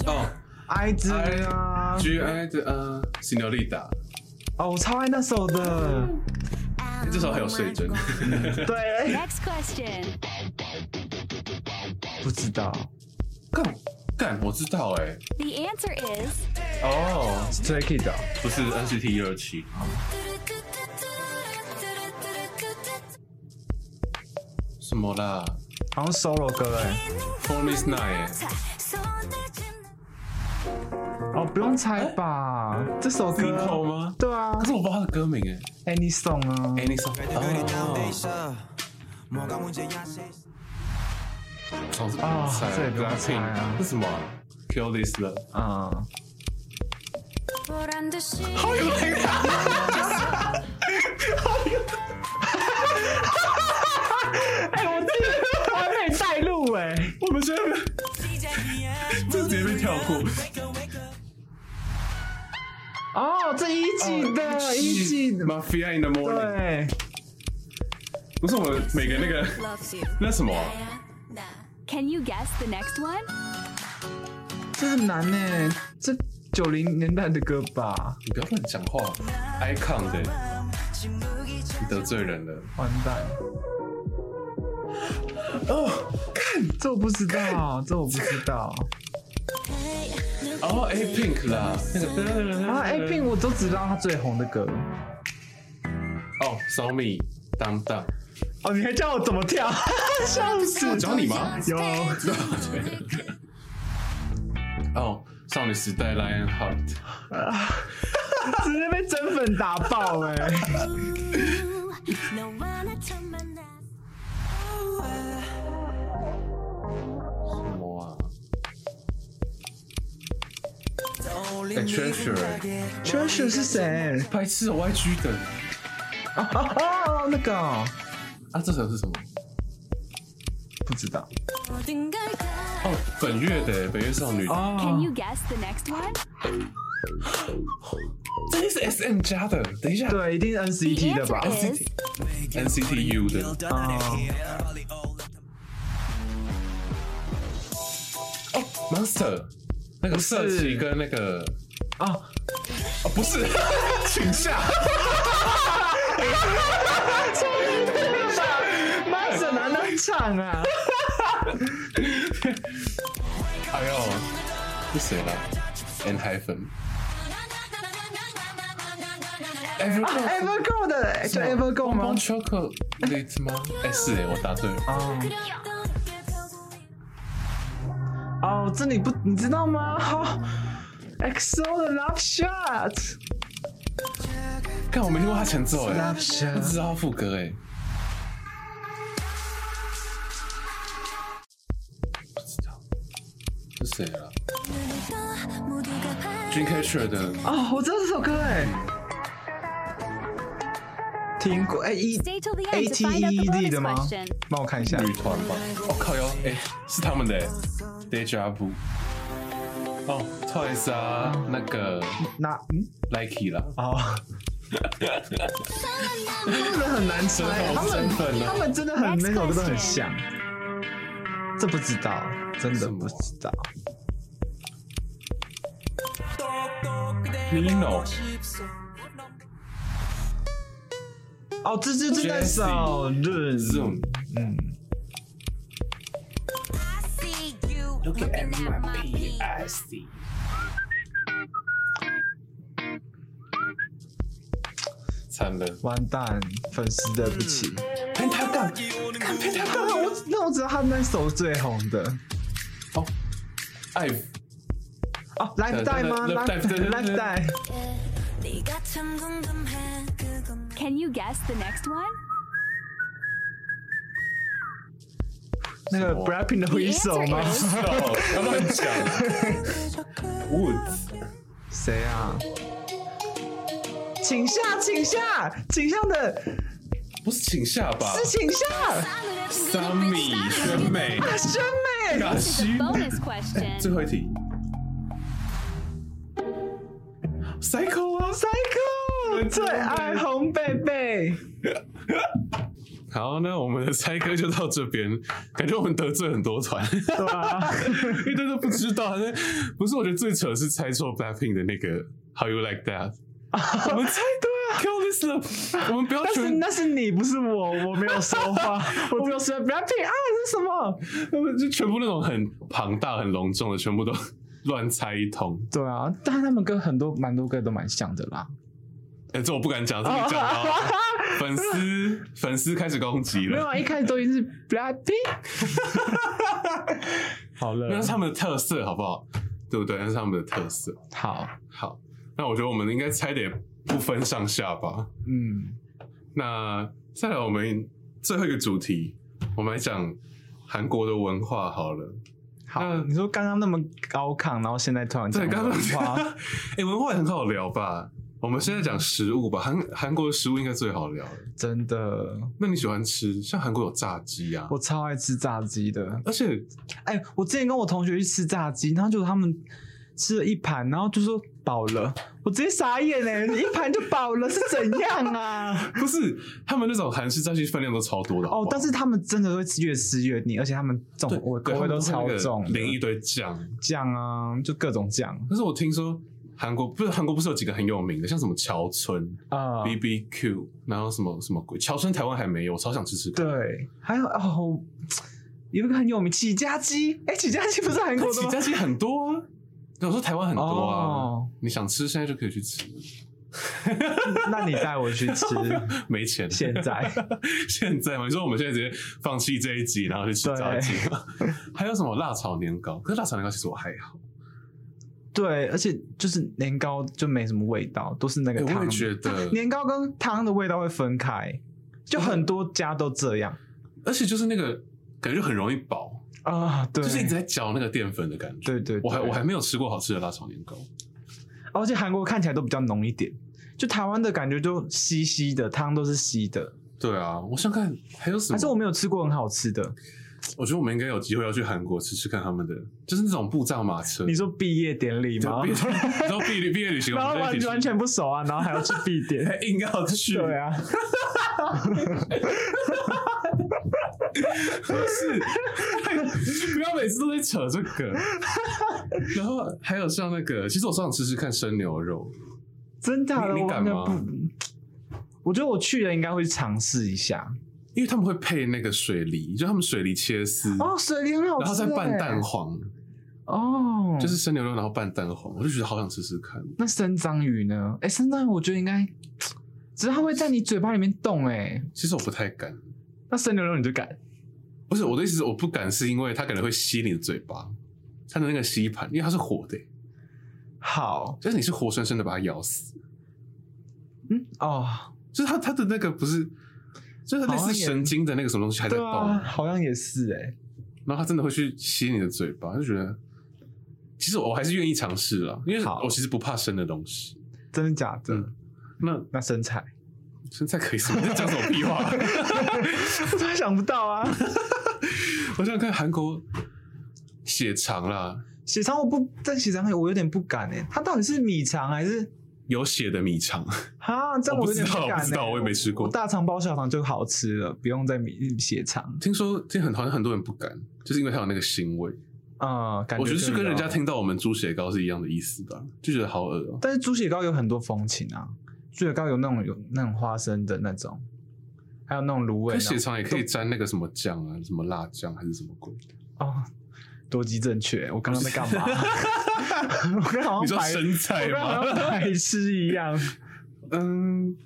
Speaker 5: 哦
Speaker 2: 爱之啊，
Speaker 5: ，G I 的呃，Senorita，
Speaker 2: 哦，我超爱那首的。
Speaker 5: 这时候还有水准。
Speaker 2: 嗯对，
Speaker 4: Next question.
Speaker 2: 不知道。
Speaker 5: 干 干，我知道哎、
Speaker 4: The answer is
Speaker 5: 哦，
Speaker 2: Stray Kids 啊
Speaker 5: 不是 NCT 一二七，什么啦
Speaker 2: 好像 solo 歌哎。
Speaker 5: ？Form is nine，、
Speaker 2: 哦，不用猜吧？哎这首
Speaker 5: 欸、Nico
Speaker 2: 歌，
Speaker 5: 吗？
Speaker 2: 对啊
Speaker 5: 可是我不知道他的歌名哎、
Speaker 2: ，Any Song 啊，
Speaker 5: 欸。Any song？
Speaker 1: 아.
Speaker 5: 哦，哦这
Speaker 2: 啊这也
Speaker 5: 不
Speaker 2: 不
Speaker 5: 用
Speaker 2: 用
Speaker 5: 猜
Speaker 2: 猜啊
Speaker 5: ，Blackpink 是什么啊？Kill this love，
Speaker 2: 嗯，哎，我自己完美带路哎，
Speaker 5: 我们现在这直接被跳过。
Speaker 2: 哦这一季的，一季的，
Speaker 1: Mafia in the morning，
Speaker 2: 对，
Speaker 1: 不是我们每个那个
Speaker 5: loves you.
Speaker 1: 那什么啊、
Speaker 4: Can you guess the next one?
Speaker 2: 这很难呢，这九零年代的歌吧，
Speaker 1: 你不要乱讲话，Icon 的、你得罪人了。
Speaker 2: 完蛋。哦，看这我不知道，这我不知道
Speaker 1: 哦、a Pink 啦，那个
Speaker 2: 啊！A Pink 我都只知道他最红的歌。
Speaker 1: 哦，Show Me 当当，
Speaker 2: 哦，你还叫我怎么跳？ 笑死！
Speaker 1: 找你吗？
Speaker 2: 有
Speaker 1: 哦，少女时代 Lion Heart，
Speaker 2: 直接被真粉打爆哎、
Speaker 1: 什么啊？哎，Treasure，
Speaker 2: Treasure 是谁？
Speaker 1: 白痴哦，YG 的
Speaker 2: 哦哦哦，那个哦、
Speaker 1: 啊，这首是什么？
Speaker 2: 不知道
Speaker 1: 哦，本月的本月少女，
Speaker 4: Can
Speaker 2: 哦。
Speaker 4: you guess the next one?
Speaker 1: 这个是 SM 加的，等一下
Speaker 2: 对，一定是
Speaker 4: The
Speaker 2: NCT 的吧？
Speaker 4: answer is
Speaker 1: ，NCT U 的，哦，Monster，那个色
Speaker 2: 是
Speaker 1: 旗跟那个，
Speaker 2: 哦，
Speaker 1: 哦，不 是，请下，
Speaker 2: 妈怎么能唱 啊？
Speaker 1: 哎呦，是谁啦 a n hyphen。Everglow 啊
Speaker 2: Evergo 的，就 Evergo
Speaker 1: 棒
Speaker 2: 吗
Speaker 1: 棒？chocolate 吗？哎、是哎、我答对了。
Speaker 2: 哦哦，这你不你知道吗？好、XO 的 Love Shot，Love
Speaker 1: 看我没听过他前奏哎、不
Speaker 2: Shot，
Speaker 1: 知道他副歌哎、不知道是谁啊 d r e a m c a t c h e r 的
Speaker 2: 哦，我知道这首歌哎、听过哎一
Speaker 4: Stay till the
Speaker 2: E
Speaker 4: end to find out the
Speaker 2: ATED
Speaker 4: bonus
Speaker 2: 的吗
Speaker 4: question.？嗯
Speaker 2: 帮我看一下。
Speaker 1: 女团吧？哦靠哟，哎、是他们的、欸、Deja Vu。哦，Twice 啊，那个
Speaker 2: 那嗯
Speaker 1: Likey 啦，
Speaker 2: 哦，真的很难猜，他
Speaker 1: 真
Speaker 2: 们
Speaker 1: 粉
Speaker 2: 他
Speaker 1: 了。
Speaker 2: 们真的很每首歌都很像。这不知道，真的不知道。
Speaker 1: Nino
Speaker 2: 哦，这这这那首
Speaker 1: Zoom，
Speaker 2: 嗯，
Speaker 1: 惨了。
Speaker 2: 完蛋，粉丝对不起。
Speaker 1: 哎，他干
Speaker 2: 看佩塔刚好，我那我知道他那首最红的
Speaker 1: 哦爱
Speaker 2: 哦，《Life Die》吗？《
Speaker 1: 对对
Speaker 2: Life
Speaker 1: 对对对
Speaker 2: Life
Speaker 1: 对
Speaker 2: Die》
Speaker 4: Can you guess the next one?
Speaker 2: 那个
Speaker 1: 什么
Speaker 2: b r a p p i n 的挥手吗
Speaker 4: The？answer
Speaker 1: 哦，不要乱讲。Woods，
Speaker 2: 谁啊？请下，请下，请下的
Speaker 1: 不是请下吧
Speaker 2: 是请下，
Speaker 1: ？Sammy 选美，
Speaker 2: 啊宣美。
Speaker 1: 嘎
Speaker 4: This is
Speaker 1: 西
Speaker 4: a bonus question.
Speaker 1: 最后一题。Psycho 啊
Speaker 2: Psycho 最爱红贝贝，
Speaker 1: 好，那我们的猜歌就到这边，感觉我们得罪很多团，
Speaker 2: 对啊，
Speaker 1: 因为大家都不知道。但不是，我觉得最扯是猜错 Blackpink 的那个 How You Like That，我们猜对啊，Kill This Love，我们不要
Speaker 2: 但是
Speaker 1: 全
Speaker 2: 那是你，不是我，我没有说 话，我只有说 b r a p p i n 啊是什么？
Speaker 1: 他们就全部那种很庞大、很隆重的，全部都乱猜一通。
Speaker 2: 对啊，但他们跟很多蛮多歌都蛮像的啦。
Speaker 1: 哎、这我不敢讲，这你讲到 粉丝粉丝开始攻击
Speaker 2: 没有
Speaker 1: 了。
Speaker 2: 啊，一开始都已经是 Blackpink。好了
Speaker 1: 那是他们的特色，好不好？对不对？那是他们的特色。
Speaker 2: 好，
Speaker 1: 好，那我觉得我们应该猜的也不分上下吧。
Speaker 2: 嗯，
Speaker 1: 那再来我们最后一个主题，我们来讲韩国的文化好了。
Speaker 2: 好
Speaker 1: 那，
Speaker 2: 你说刚刚那么高亢，然后现在突然
Speaker 1: 对，
Speaker 2: 讲
Speaker 1: 刚刚
Speaker 2: 文化
Speaker 1: 哎、文化也很好聊吧？我们现在讲食物吧，韩韩国的食物应该最好聊了。
Speaker 2: 真的，
Speaker 1: 那你喜欢吃？像韩国有炸鸡啊，
Speaker 2: 我超爱吃炸鸡的。
Speaker 1: 而且
Speaker 2: 哎、我之前跟我同学去吃炸鸡，然后就他们吃了一盘，然后就说饱了，我直接傻眼哎、你一盘就饱了是怎样啊？
Speaker 1: 不是他们那种韩式炸鸡分量都超多的好不
Speaker 2: 哦
Speaker 1: 好，
Speaker 2: 但是他们真的会吃越吃越腻，而且他们重
Speaker 1: 对，
Speaker 2: 我
Speaker 1: 对
Speaker 2: 口味都超重的，
Speaker 1: 淋一堆酱。
Speaker 2: 酱啊，就各种酱
Speaker 1: 但是我听说韩国不是韩国不是有几个很有名的，像什么桥村、
Speaker 2: 啊。
Speaker 1: B B Q，然后什么什么鬼，桥村台湾还没有，我超想吃吃看。
Speaker 2: 对，还有哦，有一个很有名起家鸡，哎，起家鸡不是韩
Speaker 1: 它
Speaker 2: 国 的
Speaker 1: 起
Speaker 2: 吗？
Speaker 1: 家鸡很多啊，对我说台湾很多啊
Speaker 2: 哦，
Speaker 1: 你想吃现在就可以去吃，
Speaker 2: 那你带我去吃，
Speaker 1: 没钱。
Speaker 2: 现 在
Speaker 1: 现在嘛，你说我们现在直接放弃这一集，然后去吃炸鸡吗？ 还有什么辣炒年糕？可是辣炒年糕其实我还好，
Speaker 2: 对，而且就是年糕就没什么味道，都是那
Speaker 1: 哎
Speaker 2: 个
Speaker 1: 我
Speaker 2: 汤啊
Speaker 1: 也。觉得，
Speaker 2: 年糕跟汤的味道会分开，就很多家都这样
Speaker 1: 而且就是那个感觉就很容易饱，
Speaker 2: 啊。对，
Speaker 1: 嗯就是一直在嚼那个淀粉的感觉。
Speaker 2: 对对对
Speaker 1: 我还我还没有吃过好吃的辣炒年糕。
Speaker 2: 而且韩国看起来都比较浓一点，就台湾的感觉就稀稀的，汤都是稀的。
Speaker 1: 对啊，我想看还有什么？
Speaker 2: 还是我没有吃过很好吃的。
Speaker 1: 我觉得我们应该有机会要去韩国吃吃看他们的，就是那种布障马车。
Speaker 2: 你说毕业典礼
Speaker 1: 对
Speaker 2: 吗？
Speaker 1: 毕业 你知道毕业毕业旅行，
Speaker 2: 啊然
Speaker 1: 我们在一
Speaker 2: 后完
Speaker 1: 起去。
Speaker 2: 完全不熟啊，然后还要去必点
Speaker 1: 硬要 去，
Speaker 2: 对啊，
Speaker 1: 不是， 不要每次都在扯这个。然后还有像那个，其实我超想吃吃看生牛肉，
Speaker 2: 真的啊，
Speaker 1: 你你
Speaker 2: 我
Speaker 1: 敢
Speaker 2: 完全
Speaker 1: 吗
Speaker 2: 不。我觉得我去了应该会尝试一下。
Speaker 1: 因为他们会配那个水梨，就他们水梨切丝，
Speaker 2: 哦，水莲很好吃、欸嗯
Speaker 1: 然后再拌蛋
Speaker 2: 黄。
Speaker 1: 黄，
Speaker 2: 哦，
Speaker 1: 就是生牛肉然后拌蛋黄，我就觉得好想吃吃看。
Speaker 2: 那生章鱼呢？哎、生章鱼我觉得应该，只是它会在你嘴巴里面动哎、
Speaker 1: 其实我不太敢，
Speaker 2: 那生牛肉你就敢？
Speaker 1: 不是我的意思，是我不敢是因为它可能会吸你的嘴巴，它的那个吸盘，因为它是火的、欸
Speaker 2: 好，
Speaker 1: 但是你是活生生的把它咬死，
Speaker 2: 嗯，哦，
Speaker 1: 就是它它的那个不是，就是类
Speaker 2: 好
Speaker 1: 似
Speaker 2: 像也
Speaker 1: 神经的那个什么东西还在
Speaker 2: 对
Speaker 1: 动，
Speaker 2: 啊，好像也是哎、
Speaker 1: 然后它真的会去吸你的嘴巴，就觉得其实我还是愿意尝试啦，因为
Speaker 2: 好
Speaker 1: 我其实不怕生的东西。
Speaker 2: 真的假的？
Speaker 1: 嗯那
Speaker 2: 那生菜，
Speaker 1: 生菜可以什么？你在讲什么屁话？
Speaker 2: 我突然想不 到啊。
Speaker 1: 我想看韩国血肠啦，
Speaker 2: 血肠我不，但血肠我有点不敢哎、它到底是米肠还是
Speaker 1: 有血的米肠，
Speaker 2: 啊？这样
Speaker 1: 我不
Speaker 2: 有点
Speaker 1: 知道
Speaker 2: 敢、
Speaker 1: 我
Speaker 2: 欸、
Speaker 1: 不知道我也没吃过
Speaker 2: 我大肠包小肠就好吃了，不用再米血肠。
Speaker 1: 听说听很好像很多人不敢，就是因为它有那个腥味。
Speaker 2: 啊、感觉
Speaker 1: 我觉得是
Speaker 2: 就
Speaker 1: 跟人家
Speaker 2: 有
Speaker 1: 听到我们猪血糕是一样的意思吧，就觉得好恶哦、
Speaker 2: 但是猪血糕有很多风情啊，猪血糕有那种有那种花生的那种，还有那种芦苇
Speaker 1: 可
Speaker 2: 那种。
Speaker 1: 血肠也可以沾那个什么酱啊，什么辣酱还是什么鬼？
Speaker 2: 哦，多机正确，我刚刚在干嘛？ 我刚刚好
Speaker 1: 你说
Speaker 2: 像哦白，
Speaker 1: 生菜
Speaker 2: 我刚刚好
Speaker 1: 吗？
Speaker 2: 像白痴一样。
Speaker 1: 嗯，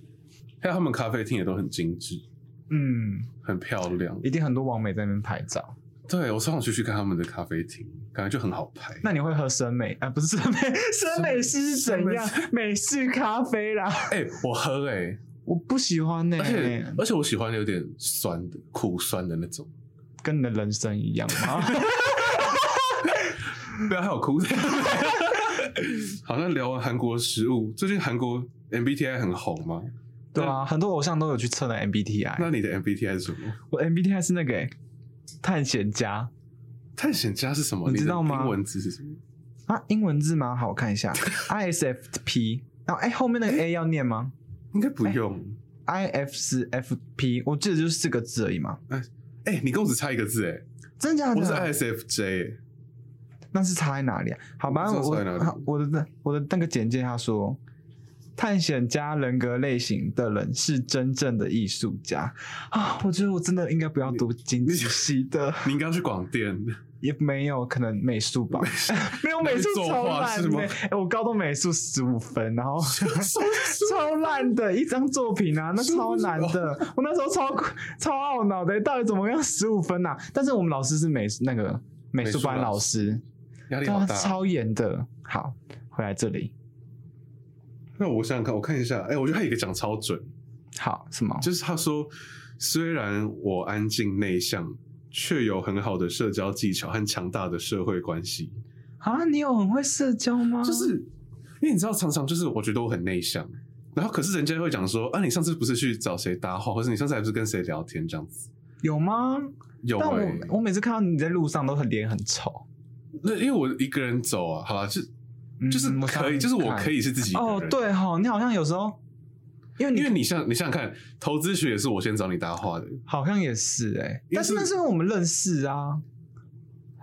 Speaker 1: 还有他们咖啡厅也都很精致，
Speaker 2: 嗯，
Speaker 1: 很漂亮。
Speaker 2: 一定很多网美在那边拍照。
Speaker 1: 对我超想去去看他们的咖啡厅，感觉就很好拍。
Speaker 2: 那你会喝生美啊？不是生美，生美式是怎样？美式咖啡啦，
Speaker 1: 哎、我喝哎、
Speaker 2: 我不喜欢呢、
Speaker 1: 而
Speaker 2: 哎
Speaker 1: 且而且我喜欢有点酸的、苦酸的那种，
Speaker 2: 跟你的人生一样 吗？
Speaker 1: 不要害我哭。 好，那聊完韩国食物，最近韩国 MBTI 很红吗？
Speaker 2: 对啊，很多偶像都有去测那 MBTI，
Speaker 1: 那你的 MBTI 是什么？
Speaker 2: 我 MBTI 是那个、欸、探险家。
Speaker 1: 探险家是什么？
Speaker 2: 你知
Speaker 1: 的
Speaker 2: 道吗
Speaker 1: 英文字是什么？
Speaker 2: 啊，英文字吗？好，我看 一下，ISFP。然后哎、后面那个 A 要念吗
Speaker 1: 应该不用。
Speaker 2: ？IF 是 FP，我记得就是四个字而已嘛。
Speaker 1: 哎、你跟我只差一个字哎、
Speaker 2: 真的假
Speaker 1: 我是
Speaker 2: 的？
Speaker 1: ISFJ 欸、
Speaker 2: 那是差在哪里啊？好吧，
Speaker 1: 我不
Speaker 2: 我
Speaker 1: 知道差在哪里
Speaker 2: 我的那我的那个简介他说，探险家人格类型的人是真正的艺术家啊！我觉得我真的应该不要读经济系的，
Speaker 1: 哎你应该要去广电，
Speaker 2: 也没有可能美术吧， 没有美术
Speaker 1: 那是
Speaker 2: 超
Speaker 1: 作画
Speaker 2: 烂
Speaker 1: 是
Speaker 2: 的、
Speaker 1: 吗
Speaker 2: 欸我高中美术十五分，然后
Speaker 1: 啊
Speaker 2: 超烂的一张作品啊，那超难的。 我那时候超超懊恼的、欸到底怎么样十五分啊？但是我们老师是美那个美术班
Speaker 1: 美术老
Speaker 2: 老师，
Speaker 1: 压力
Speaker 2: 对啊
Speaker 1: 好大。
Speaker 2: 超严的。好，回来这里。
Speaker 1: 那我想想看，我看一下，哎、我觉得他有一个讲超准，
Speaker 2: 好，什么？
Speaker 1: 就是他说，虽然我安静内向，却有很好的社交技巧和强大的社会关系。
Speaker 2: 啊，你有很会社交吗？
Speaker 1: 就是因为你知道，常常就是我觉得我很内向，然后可是人家会讲说，啊，你上次不是去找谁搭话，或者你上次还不是跟谁聊天这样子。
Speaker 2: 有吗？
Speaker 1: 有、
Speaker 2: 但
Speaker 1: 欸，
Speaker 2: 我我每次看到你在路上都很脸很丑。
Speaker 1: 那因为我一个人走啊，好啦，就
Speaker 2: 嗯
Speaker 1: 就是可以，就是我可
Speaker 2: 以。
Speaker 1: 以是自己一个
Speaker 2: 哦，
Speaker 1: 人。
Speaker 2: 对哈、你好像有时候，因为你
Speaker 1: 因为你想，你想想看，投资学也是我先找你搭话的，
Speaker 2: 好像也是哎、
Speaker 1: 因为
Speaker 2: 但是
Speaker 1: 是
Speaker 2: 那是因为我们认识啊。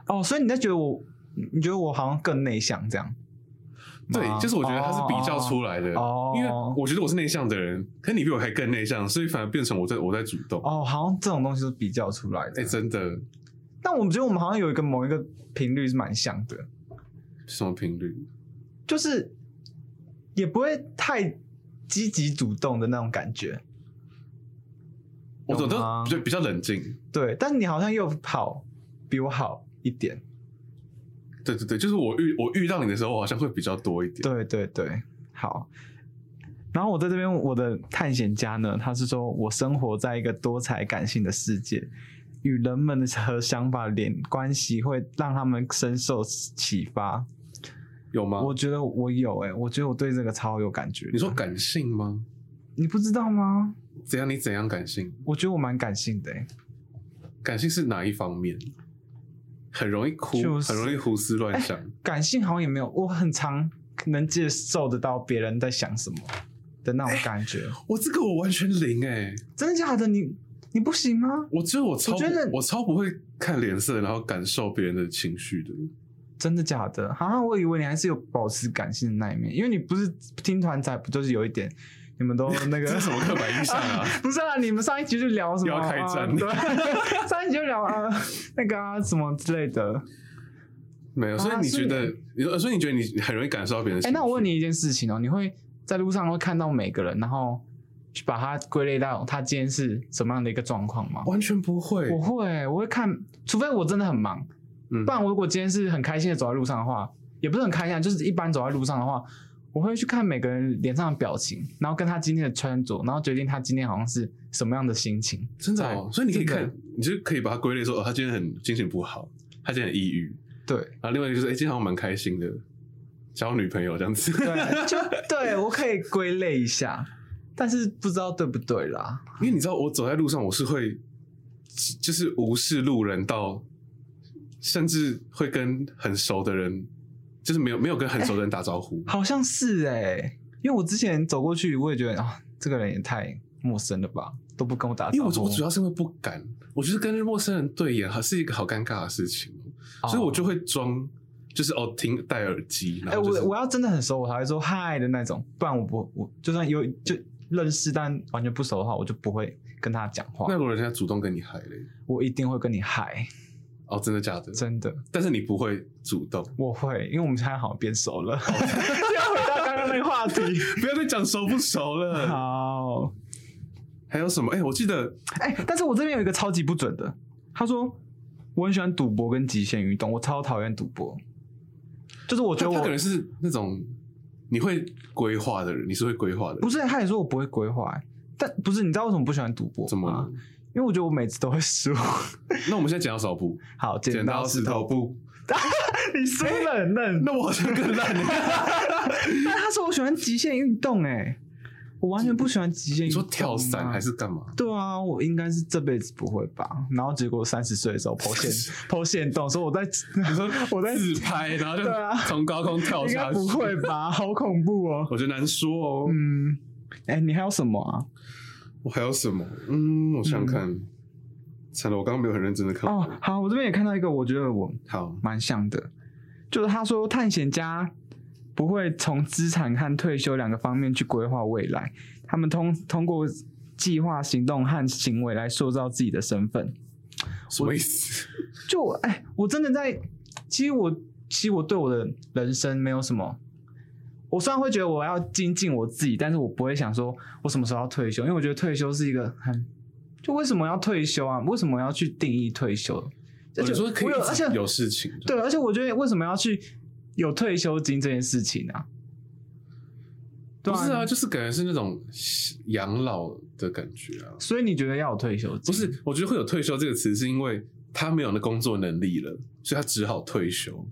Speaker 2: 哦，所以你在觉得我，你觉得我好像更内向这样？
Speaker 1: 对，就是我觉得他是比较出来的，
Speaker 2: 哦
Speaker 1: 因为我觉得我是内向的人，可你比我还更内向，所以反而变成我在我在主动。
Speaker 2: 哦，好像这种东西是比较出来的。
Speaker 1: 哎、真的
Speaker 2: 但我们觉得我们好像有一个某一个频率是蛮像的，
Speaker 1: 什么频率？
Speaker 2: 就是也不会太积极主动的那种感觉。
Speaker 1: 我总
Speaker 2: 有吗
Speaker 1: 都比较比较冷静。
Speaker 2: 对，但你好像又好比我好一点。
Speaker 1: 对对对，就是我遇我遇到你的时候，我好像会比较多一点。
Speaker 2: 对对对，好。然后我在这边，我的探险家呢，他是说我生活在一个多彩感性的世界，与人们的和想法连关系会让他们深受启发。
Speaker 1: 有吗？
Speaker 2: 我觉得我有哎、我觉得我对这个超有感觉。
Speaker 1: 啊你说感性吗？
Speaker 2: 你不知道吗？
Speaker 1: 怎样？你怎样感性？
Speaker 2: 我觉得我蛮感性的、欸，
Speaker 1: 感性是哪一方面？很容易哭，
Speaker 2: 就是哎
Speaker 1: 很容易胡思乱想。
Speaker 2: 感性好像也没有，我很常能接受得到别人在想什么的那种感 觉。
Speaker 1: 我这个我完全零哎、
Speaker 2: 真的假的？你你不行吗？
Speaker 1: 我觉得我超
Speaker 2: 我觉得
Speaker 1: 我超不会看脸色，然后感受别人的情绪 的。
Speaker 2: 真的假的？啊，我以为你还是有保持感性的那一面，因为你不是听团仔，不就是有一点，你 们都那个
Speaker 1: 这是什么刻板印象啊？
Speaker 2: 不是啊，你们上一集就聊什么
Speaker 1: 又要开战
Speaker 2: 啊对， 上一集就聊啊那个啊什么之类的。
Speaker 1: 没有，所以
Speaker 2: 啊
Speaker 1: 你觉得
Speaker 2: 所，
Speaker 1: 你说，呃所以你觉得你很容易感受到别人的
Speaker 2: 哎、
Speaker 1: 情绪？
Speaker 2: 那我问你一件事情哦，你会在路上会看到每个人，然后去把它归类到他今天是什么样的一个状况吗？
Speaker 1: 完全不会
Speaker 2: 我会，我会看，除非我真的很忙，
Speaker 1: 嗯
Speaker 2: 不然我如果今天是很开心的走在路上的话，也不是很开心，啊，就是一般走在路上的话，我会去看每个人脸上的表情，然后跟他今天的穿着，然后决定他今天好像是什么样的心情。
Speaker 1: 真的哦。所以你可以
Speaker 2: 真
Speaker 1: 看
Speaker 2: 的，
Speaker 1: 你就可以把它归类说，哦，他今天很心情不好，他今天很抑郁。
Speaker 2: 对
Speaker 1: 然后另外一个就是，哎、今天好像蛮开心的，交女朋友这样子。
Speaker 2: 对， 就对我可以归类一下，但是不知道对不对啦。
Speaker 1: 因为你知道，我走在路上，我是会就是无视路人到，甚至会跟很熟的人，就是没有没有跟很熟的人打招呼。
Speaker 2: 好像是哎、因为我之前走过去，我也觉得啊，这个人也太陌生了吧，都不跟我打招呼。
Speaker 1: 因为我我主要是因为不敢，我觉得跟陌生人对眼还是一个好尴尬的事情，哦
Speaker 2: 哦
Speaker 1: 所以我就会装，就是哦听戴耳机，
Speaker 2: 哎、
Speaker 1: 然后、就是
Speaker 2: 我我要真的很熟，我才会说嗨的那种，不然我不我就算有就认识但完全不熟的话，我就不会跟他讲话
Speaker 1: 那。如果人家主动跟你嗨嘞，
Speaker 2: 我一定会跟你嗨，
Speaker 1: 哦真的假的？
Speaker 2: 真的，
Speaker 1: 但是你不会主动，
Speaker 2: 我会，因为我们现在好像变熟了。
Speaker 1: 哦
Speaker 2: 要回到刚刚那个 话题，
Speaker 1: 不要再讲熟不熟 了。
Speaker 2: 好，
Speaker 1: 还有什么？哎、我记得
Speaker 2: 哎、但是我这边有一个超级不准的，他说我很喜欢赌博跟极限运动，我超讨厌赌博，就是我觉
Speaker 1: 他
Speaker 2: 得
Speaker 1: 他
Speaker 2: 我
Speaker 1: 可能是那种你会规划的人，你是会规划的人，
Speaker 2: 不是，他也说我不会规划、哎但不是，你知啊道为什么不喜欢赌博吗？
Speaker 1: 怎么了？
Speaker 2: 因为我觉得我每次都会输。
Speaker 1: 那我们现在剪刀手布，
Speaker 2: 好，
Speaker 1: 剪
Speaker 2: 剪
Speaker 1: 刀
Speaker 2: 刀
Speaker 1: 石
Speaker 2: 石
Speaker 1: 头
Speaker 2: 头
Speaker 1: 布。
Speaker 2: 你输了很嫩。
Speaker 1: 那我好像更烂 欸。
Speaker 2: 但他说我喜欢极限运动、哎，我完全不喜欢极限
Speaker 1: 你
Speaker 2: 运动、啊
Speaker 1: 说跳伞还？是干嘛？
Speaker 2: 对啊，我应该是这辈子不会吧。然后结果三十岁的时候抛线抛线动，说我 在，
Speaker 1: 你说
Speaker 2: 我在
Speaker 1: 自拍，然后就
Speaker 2: 对啊
Speaker 1: 从高空跳
Speaker 2: 应
Speaker 1: 下去？
Speaker 2: 该不会吧？好恐怖哦。
Speaker 1: 我觉得难说哦。
Speaker 2: 嗯，哎、你还有什么啊？
Speaker 1: 我还有什么？嗯，我想想看。惨了，我刚刚没有很认真的看。
Speaker 2: 哦，好，我这边也看到一个，我觉得我
Speaker 1: 好，
Speaker 2: 蛮像的，就是他说探险家不会从资产和退休两个方面去规划未来，他们通通过计划、行动和行为来塑造自己的身份。
Speaker 1: 什么意 思？
Speaker 2: 就我哎，我真的在，其实我其实我对我的人生没有什么。我虽然会觉得我要精进我自己，但是我不会想说我什么时候要退休，因为我觉得退休是一个很，就为什么要退休啊？为什么要去定义退休？而
Speaker 1: 我
Speaker 2: 且
Speaker 1: 哦说可以
Speaker 2: 我有，而且
Speaker 1: 有事情的。
Speaker 2: 对，而且我觉得为什么要去有退休金这件事情啊？对
Speaker 1: 不是啊，就是感觉是那种养老的感觉啊。
Speaker 2: 所以你觉得要有退休
Speaker 1: 不
Speaker 2: 金？
Speaker 1: 是，我觉得会有退休这个词，是因为他没有那工作能力了，所以他只好退休。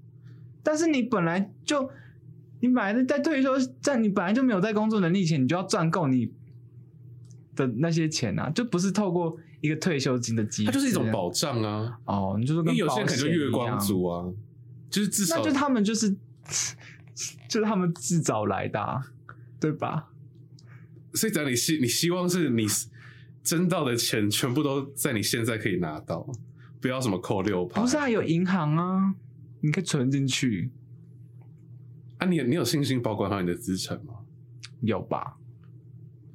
Speaker 2: 但是你本来就，你本来在退休，在你本来就没有在工作能力前，你就要赚够你的那些钱啊，就不是透过一个退休金的机制
Speaker 1: 它
Speaker 2: 啊，
Speaker 1: 就是一种保障啊。
Speaker 2: 哦，你就说
Speaker 1: 因
Speaker 2: 跟
Speaker 1: 为有些人可能就
Speaker 2: 保险一
Speaker 1: 月光
Speaker 2: 样，
Speaker 1: 族啊，就是至
Speaker 2: 那
Speaker 1: 少
Speaker 2: 就他们就是就是他们自找来的、啊，对吧？
Speaker 1: 所以讲你希你希望是你挣到的钱全部都在你现在可以拿到，不要什么扣六趴。
Speaker 2: 不是啊，有银行啊，你可以存进去，
Speaker 1: 啊你，你有信心保管好你的资产吗？
Speaker 2: 有吧？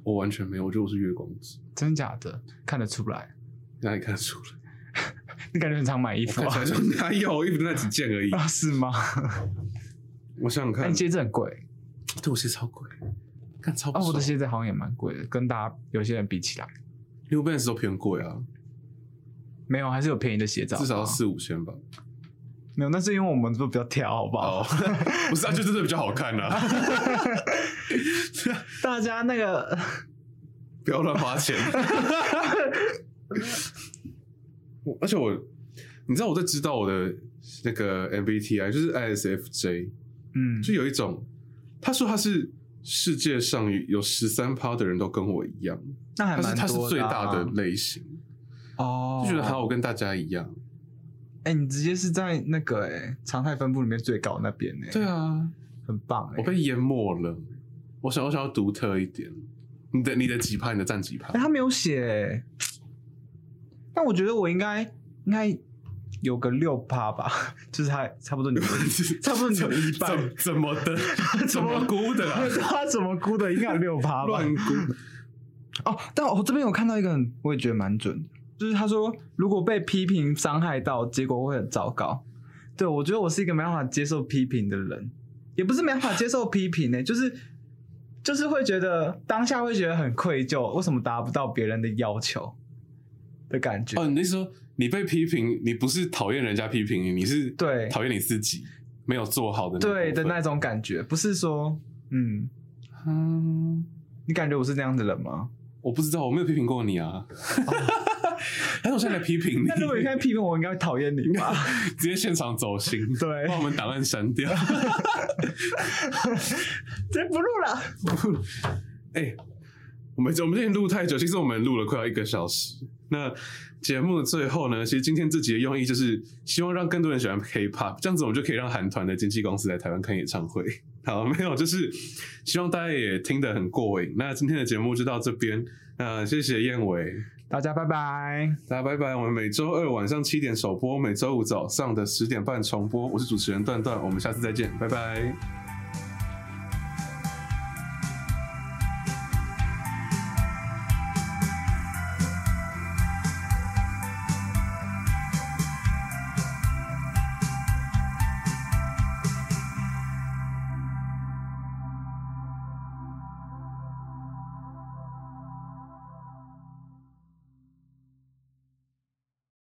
Speaker 1: 我完全没有，我觉得我是月光族，
Speaker 2: 真假的看得出来，
Speaker 1: 哪里看得出来？
Speaker 2: 你感觉很常买衣服
Speaker 1: 看
Speaker 2: 啊
Speaker 1: 起？来就哪有，衣服就那几件而 已。
Speaker 2: 啊，是吗？
Speaker 1: 我想想
Speaker 2: 那
Speaker 1: 看
Speaker 2: 你，鞋子很贵
Speaker 1: 对我鞋超贵，看超不
Speaker 2: 啊，我的
Speaker 1: 爽
Speaker 2: 鞋子好像也蛮贵的，跟大家有些人比起来，
Speaker 1: New Balance 都偏贵啊，
Speaker 2: 没有，还是有便宜的鞋子，
Speaker 1: 至少
Speaker 2: 好
Speaker 1: 要
Speaker 2: 不好
Speaker 1: 四五千吧。
Speaker 2: 没有，那是因为我们都比较挑，好不好？
Speaker 1: 哦， 不是啊，就真的比较好看啊，
Speaker 2: 大家那个
Speaker 1: 不要乱花钱。我而且我，你知道我在知道我的那个 MBTI 就是 ISFJ，
Speaker 2: 嗯，
Speaker 1: 就有一种，他说他是世界上有十三趴的人都跟我一样，
Speaker 2: 那还
Speaker 1: 他是
Speaker 2: 蛮
Speaker 1: 他是
Speaker 2: 多
Speaker 1: 最
Speaker 2: 啊
Speaker 1: 大的类型，
Speaker 2: 哦，
Speaker 1: 就觉得好，我跟大家一样。
Speaker 2: 哎、你直接是在那个哎、常态分布里面最高那边呢、哎
Speaker 1: 对，啊，
Speaker 2: 很棒哎、
Speaker 1: 我被淹没了。我想，我想要独特一点。你的你的几趴，你的占几趴
Speaker 2: 哎、？他没有写、欸，但我觉得我应该应该有个六趴吧， 就是他差不多你们 差不多你们一半
Speaker 1: 怎怎么 的？ 怎么估的啊、
Speaker 2: 他怎么估的？应该有六趴吧？
Speaker 1: 乱估。
Speaker 2: 哦，但我这边有看到一个很，我也觉得蛮准的，就是他说如果被批评伤害到，结果会很糟糕。对我觉得我是一个没办法接受批评的人，也不是没办法接受批评呢、欸就是就是会觉得当下会觉得很愧疚，为什么达不到别人的要求的感觉？
Speaker 1: 哦，你那时候你被批评，你不是讨厌人家批评你，你是
Speaker 2: 对
Speaker 1: 讨厌你自己没有做好的那
Speaker 2: 对
Speaker 1: 部
Speaker 2: 的
Speaker 1: 分
Speaker 2: 那种感觉，不是说嗯嗯，你感觉我是这样的人吗？
Speaker 1: 我不知道，我没有批评过你啊。 但是我现在来批评你
Speaker 2: 那，如果你现在批评哦我，我应该会讨厌你吧？
Speaker 1: 直接现场走心，
Speaker 2: 对
Speaker 1: 把我们档案删掉。
Speaker 2: 直接不录了。
Speaker 1: 哎、我们我们今天录太久，其实我们录了快要一个小时。那节目的最后呢，其实今天这集的用意就是希望让更多人喜欢 K-pop，这样子我们就可以让韩团的经纪公司来台湾看演唱会。 好，没有，就是希望大家也听得很过瘾。那今天的节目就到这边，那谢谢燕尾，
Speaker 2: 大家拜拜。
Speaker 1: 大家拜拜。我们每周二晚上七点首播，每周五早上的十点半重播。我是主持人段段，我们下次再见，拜拜。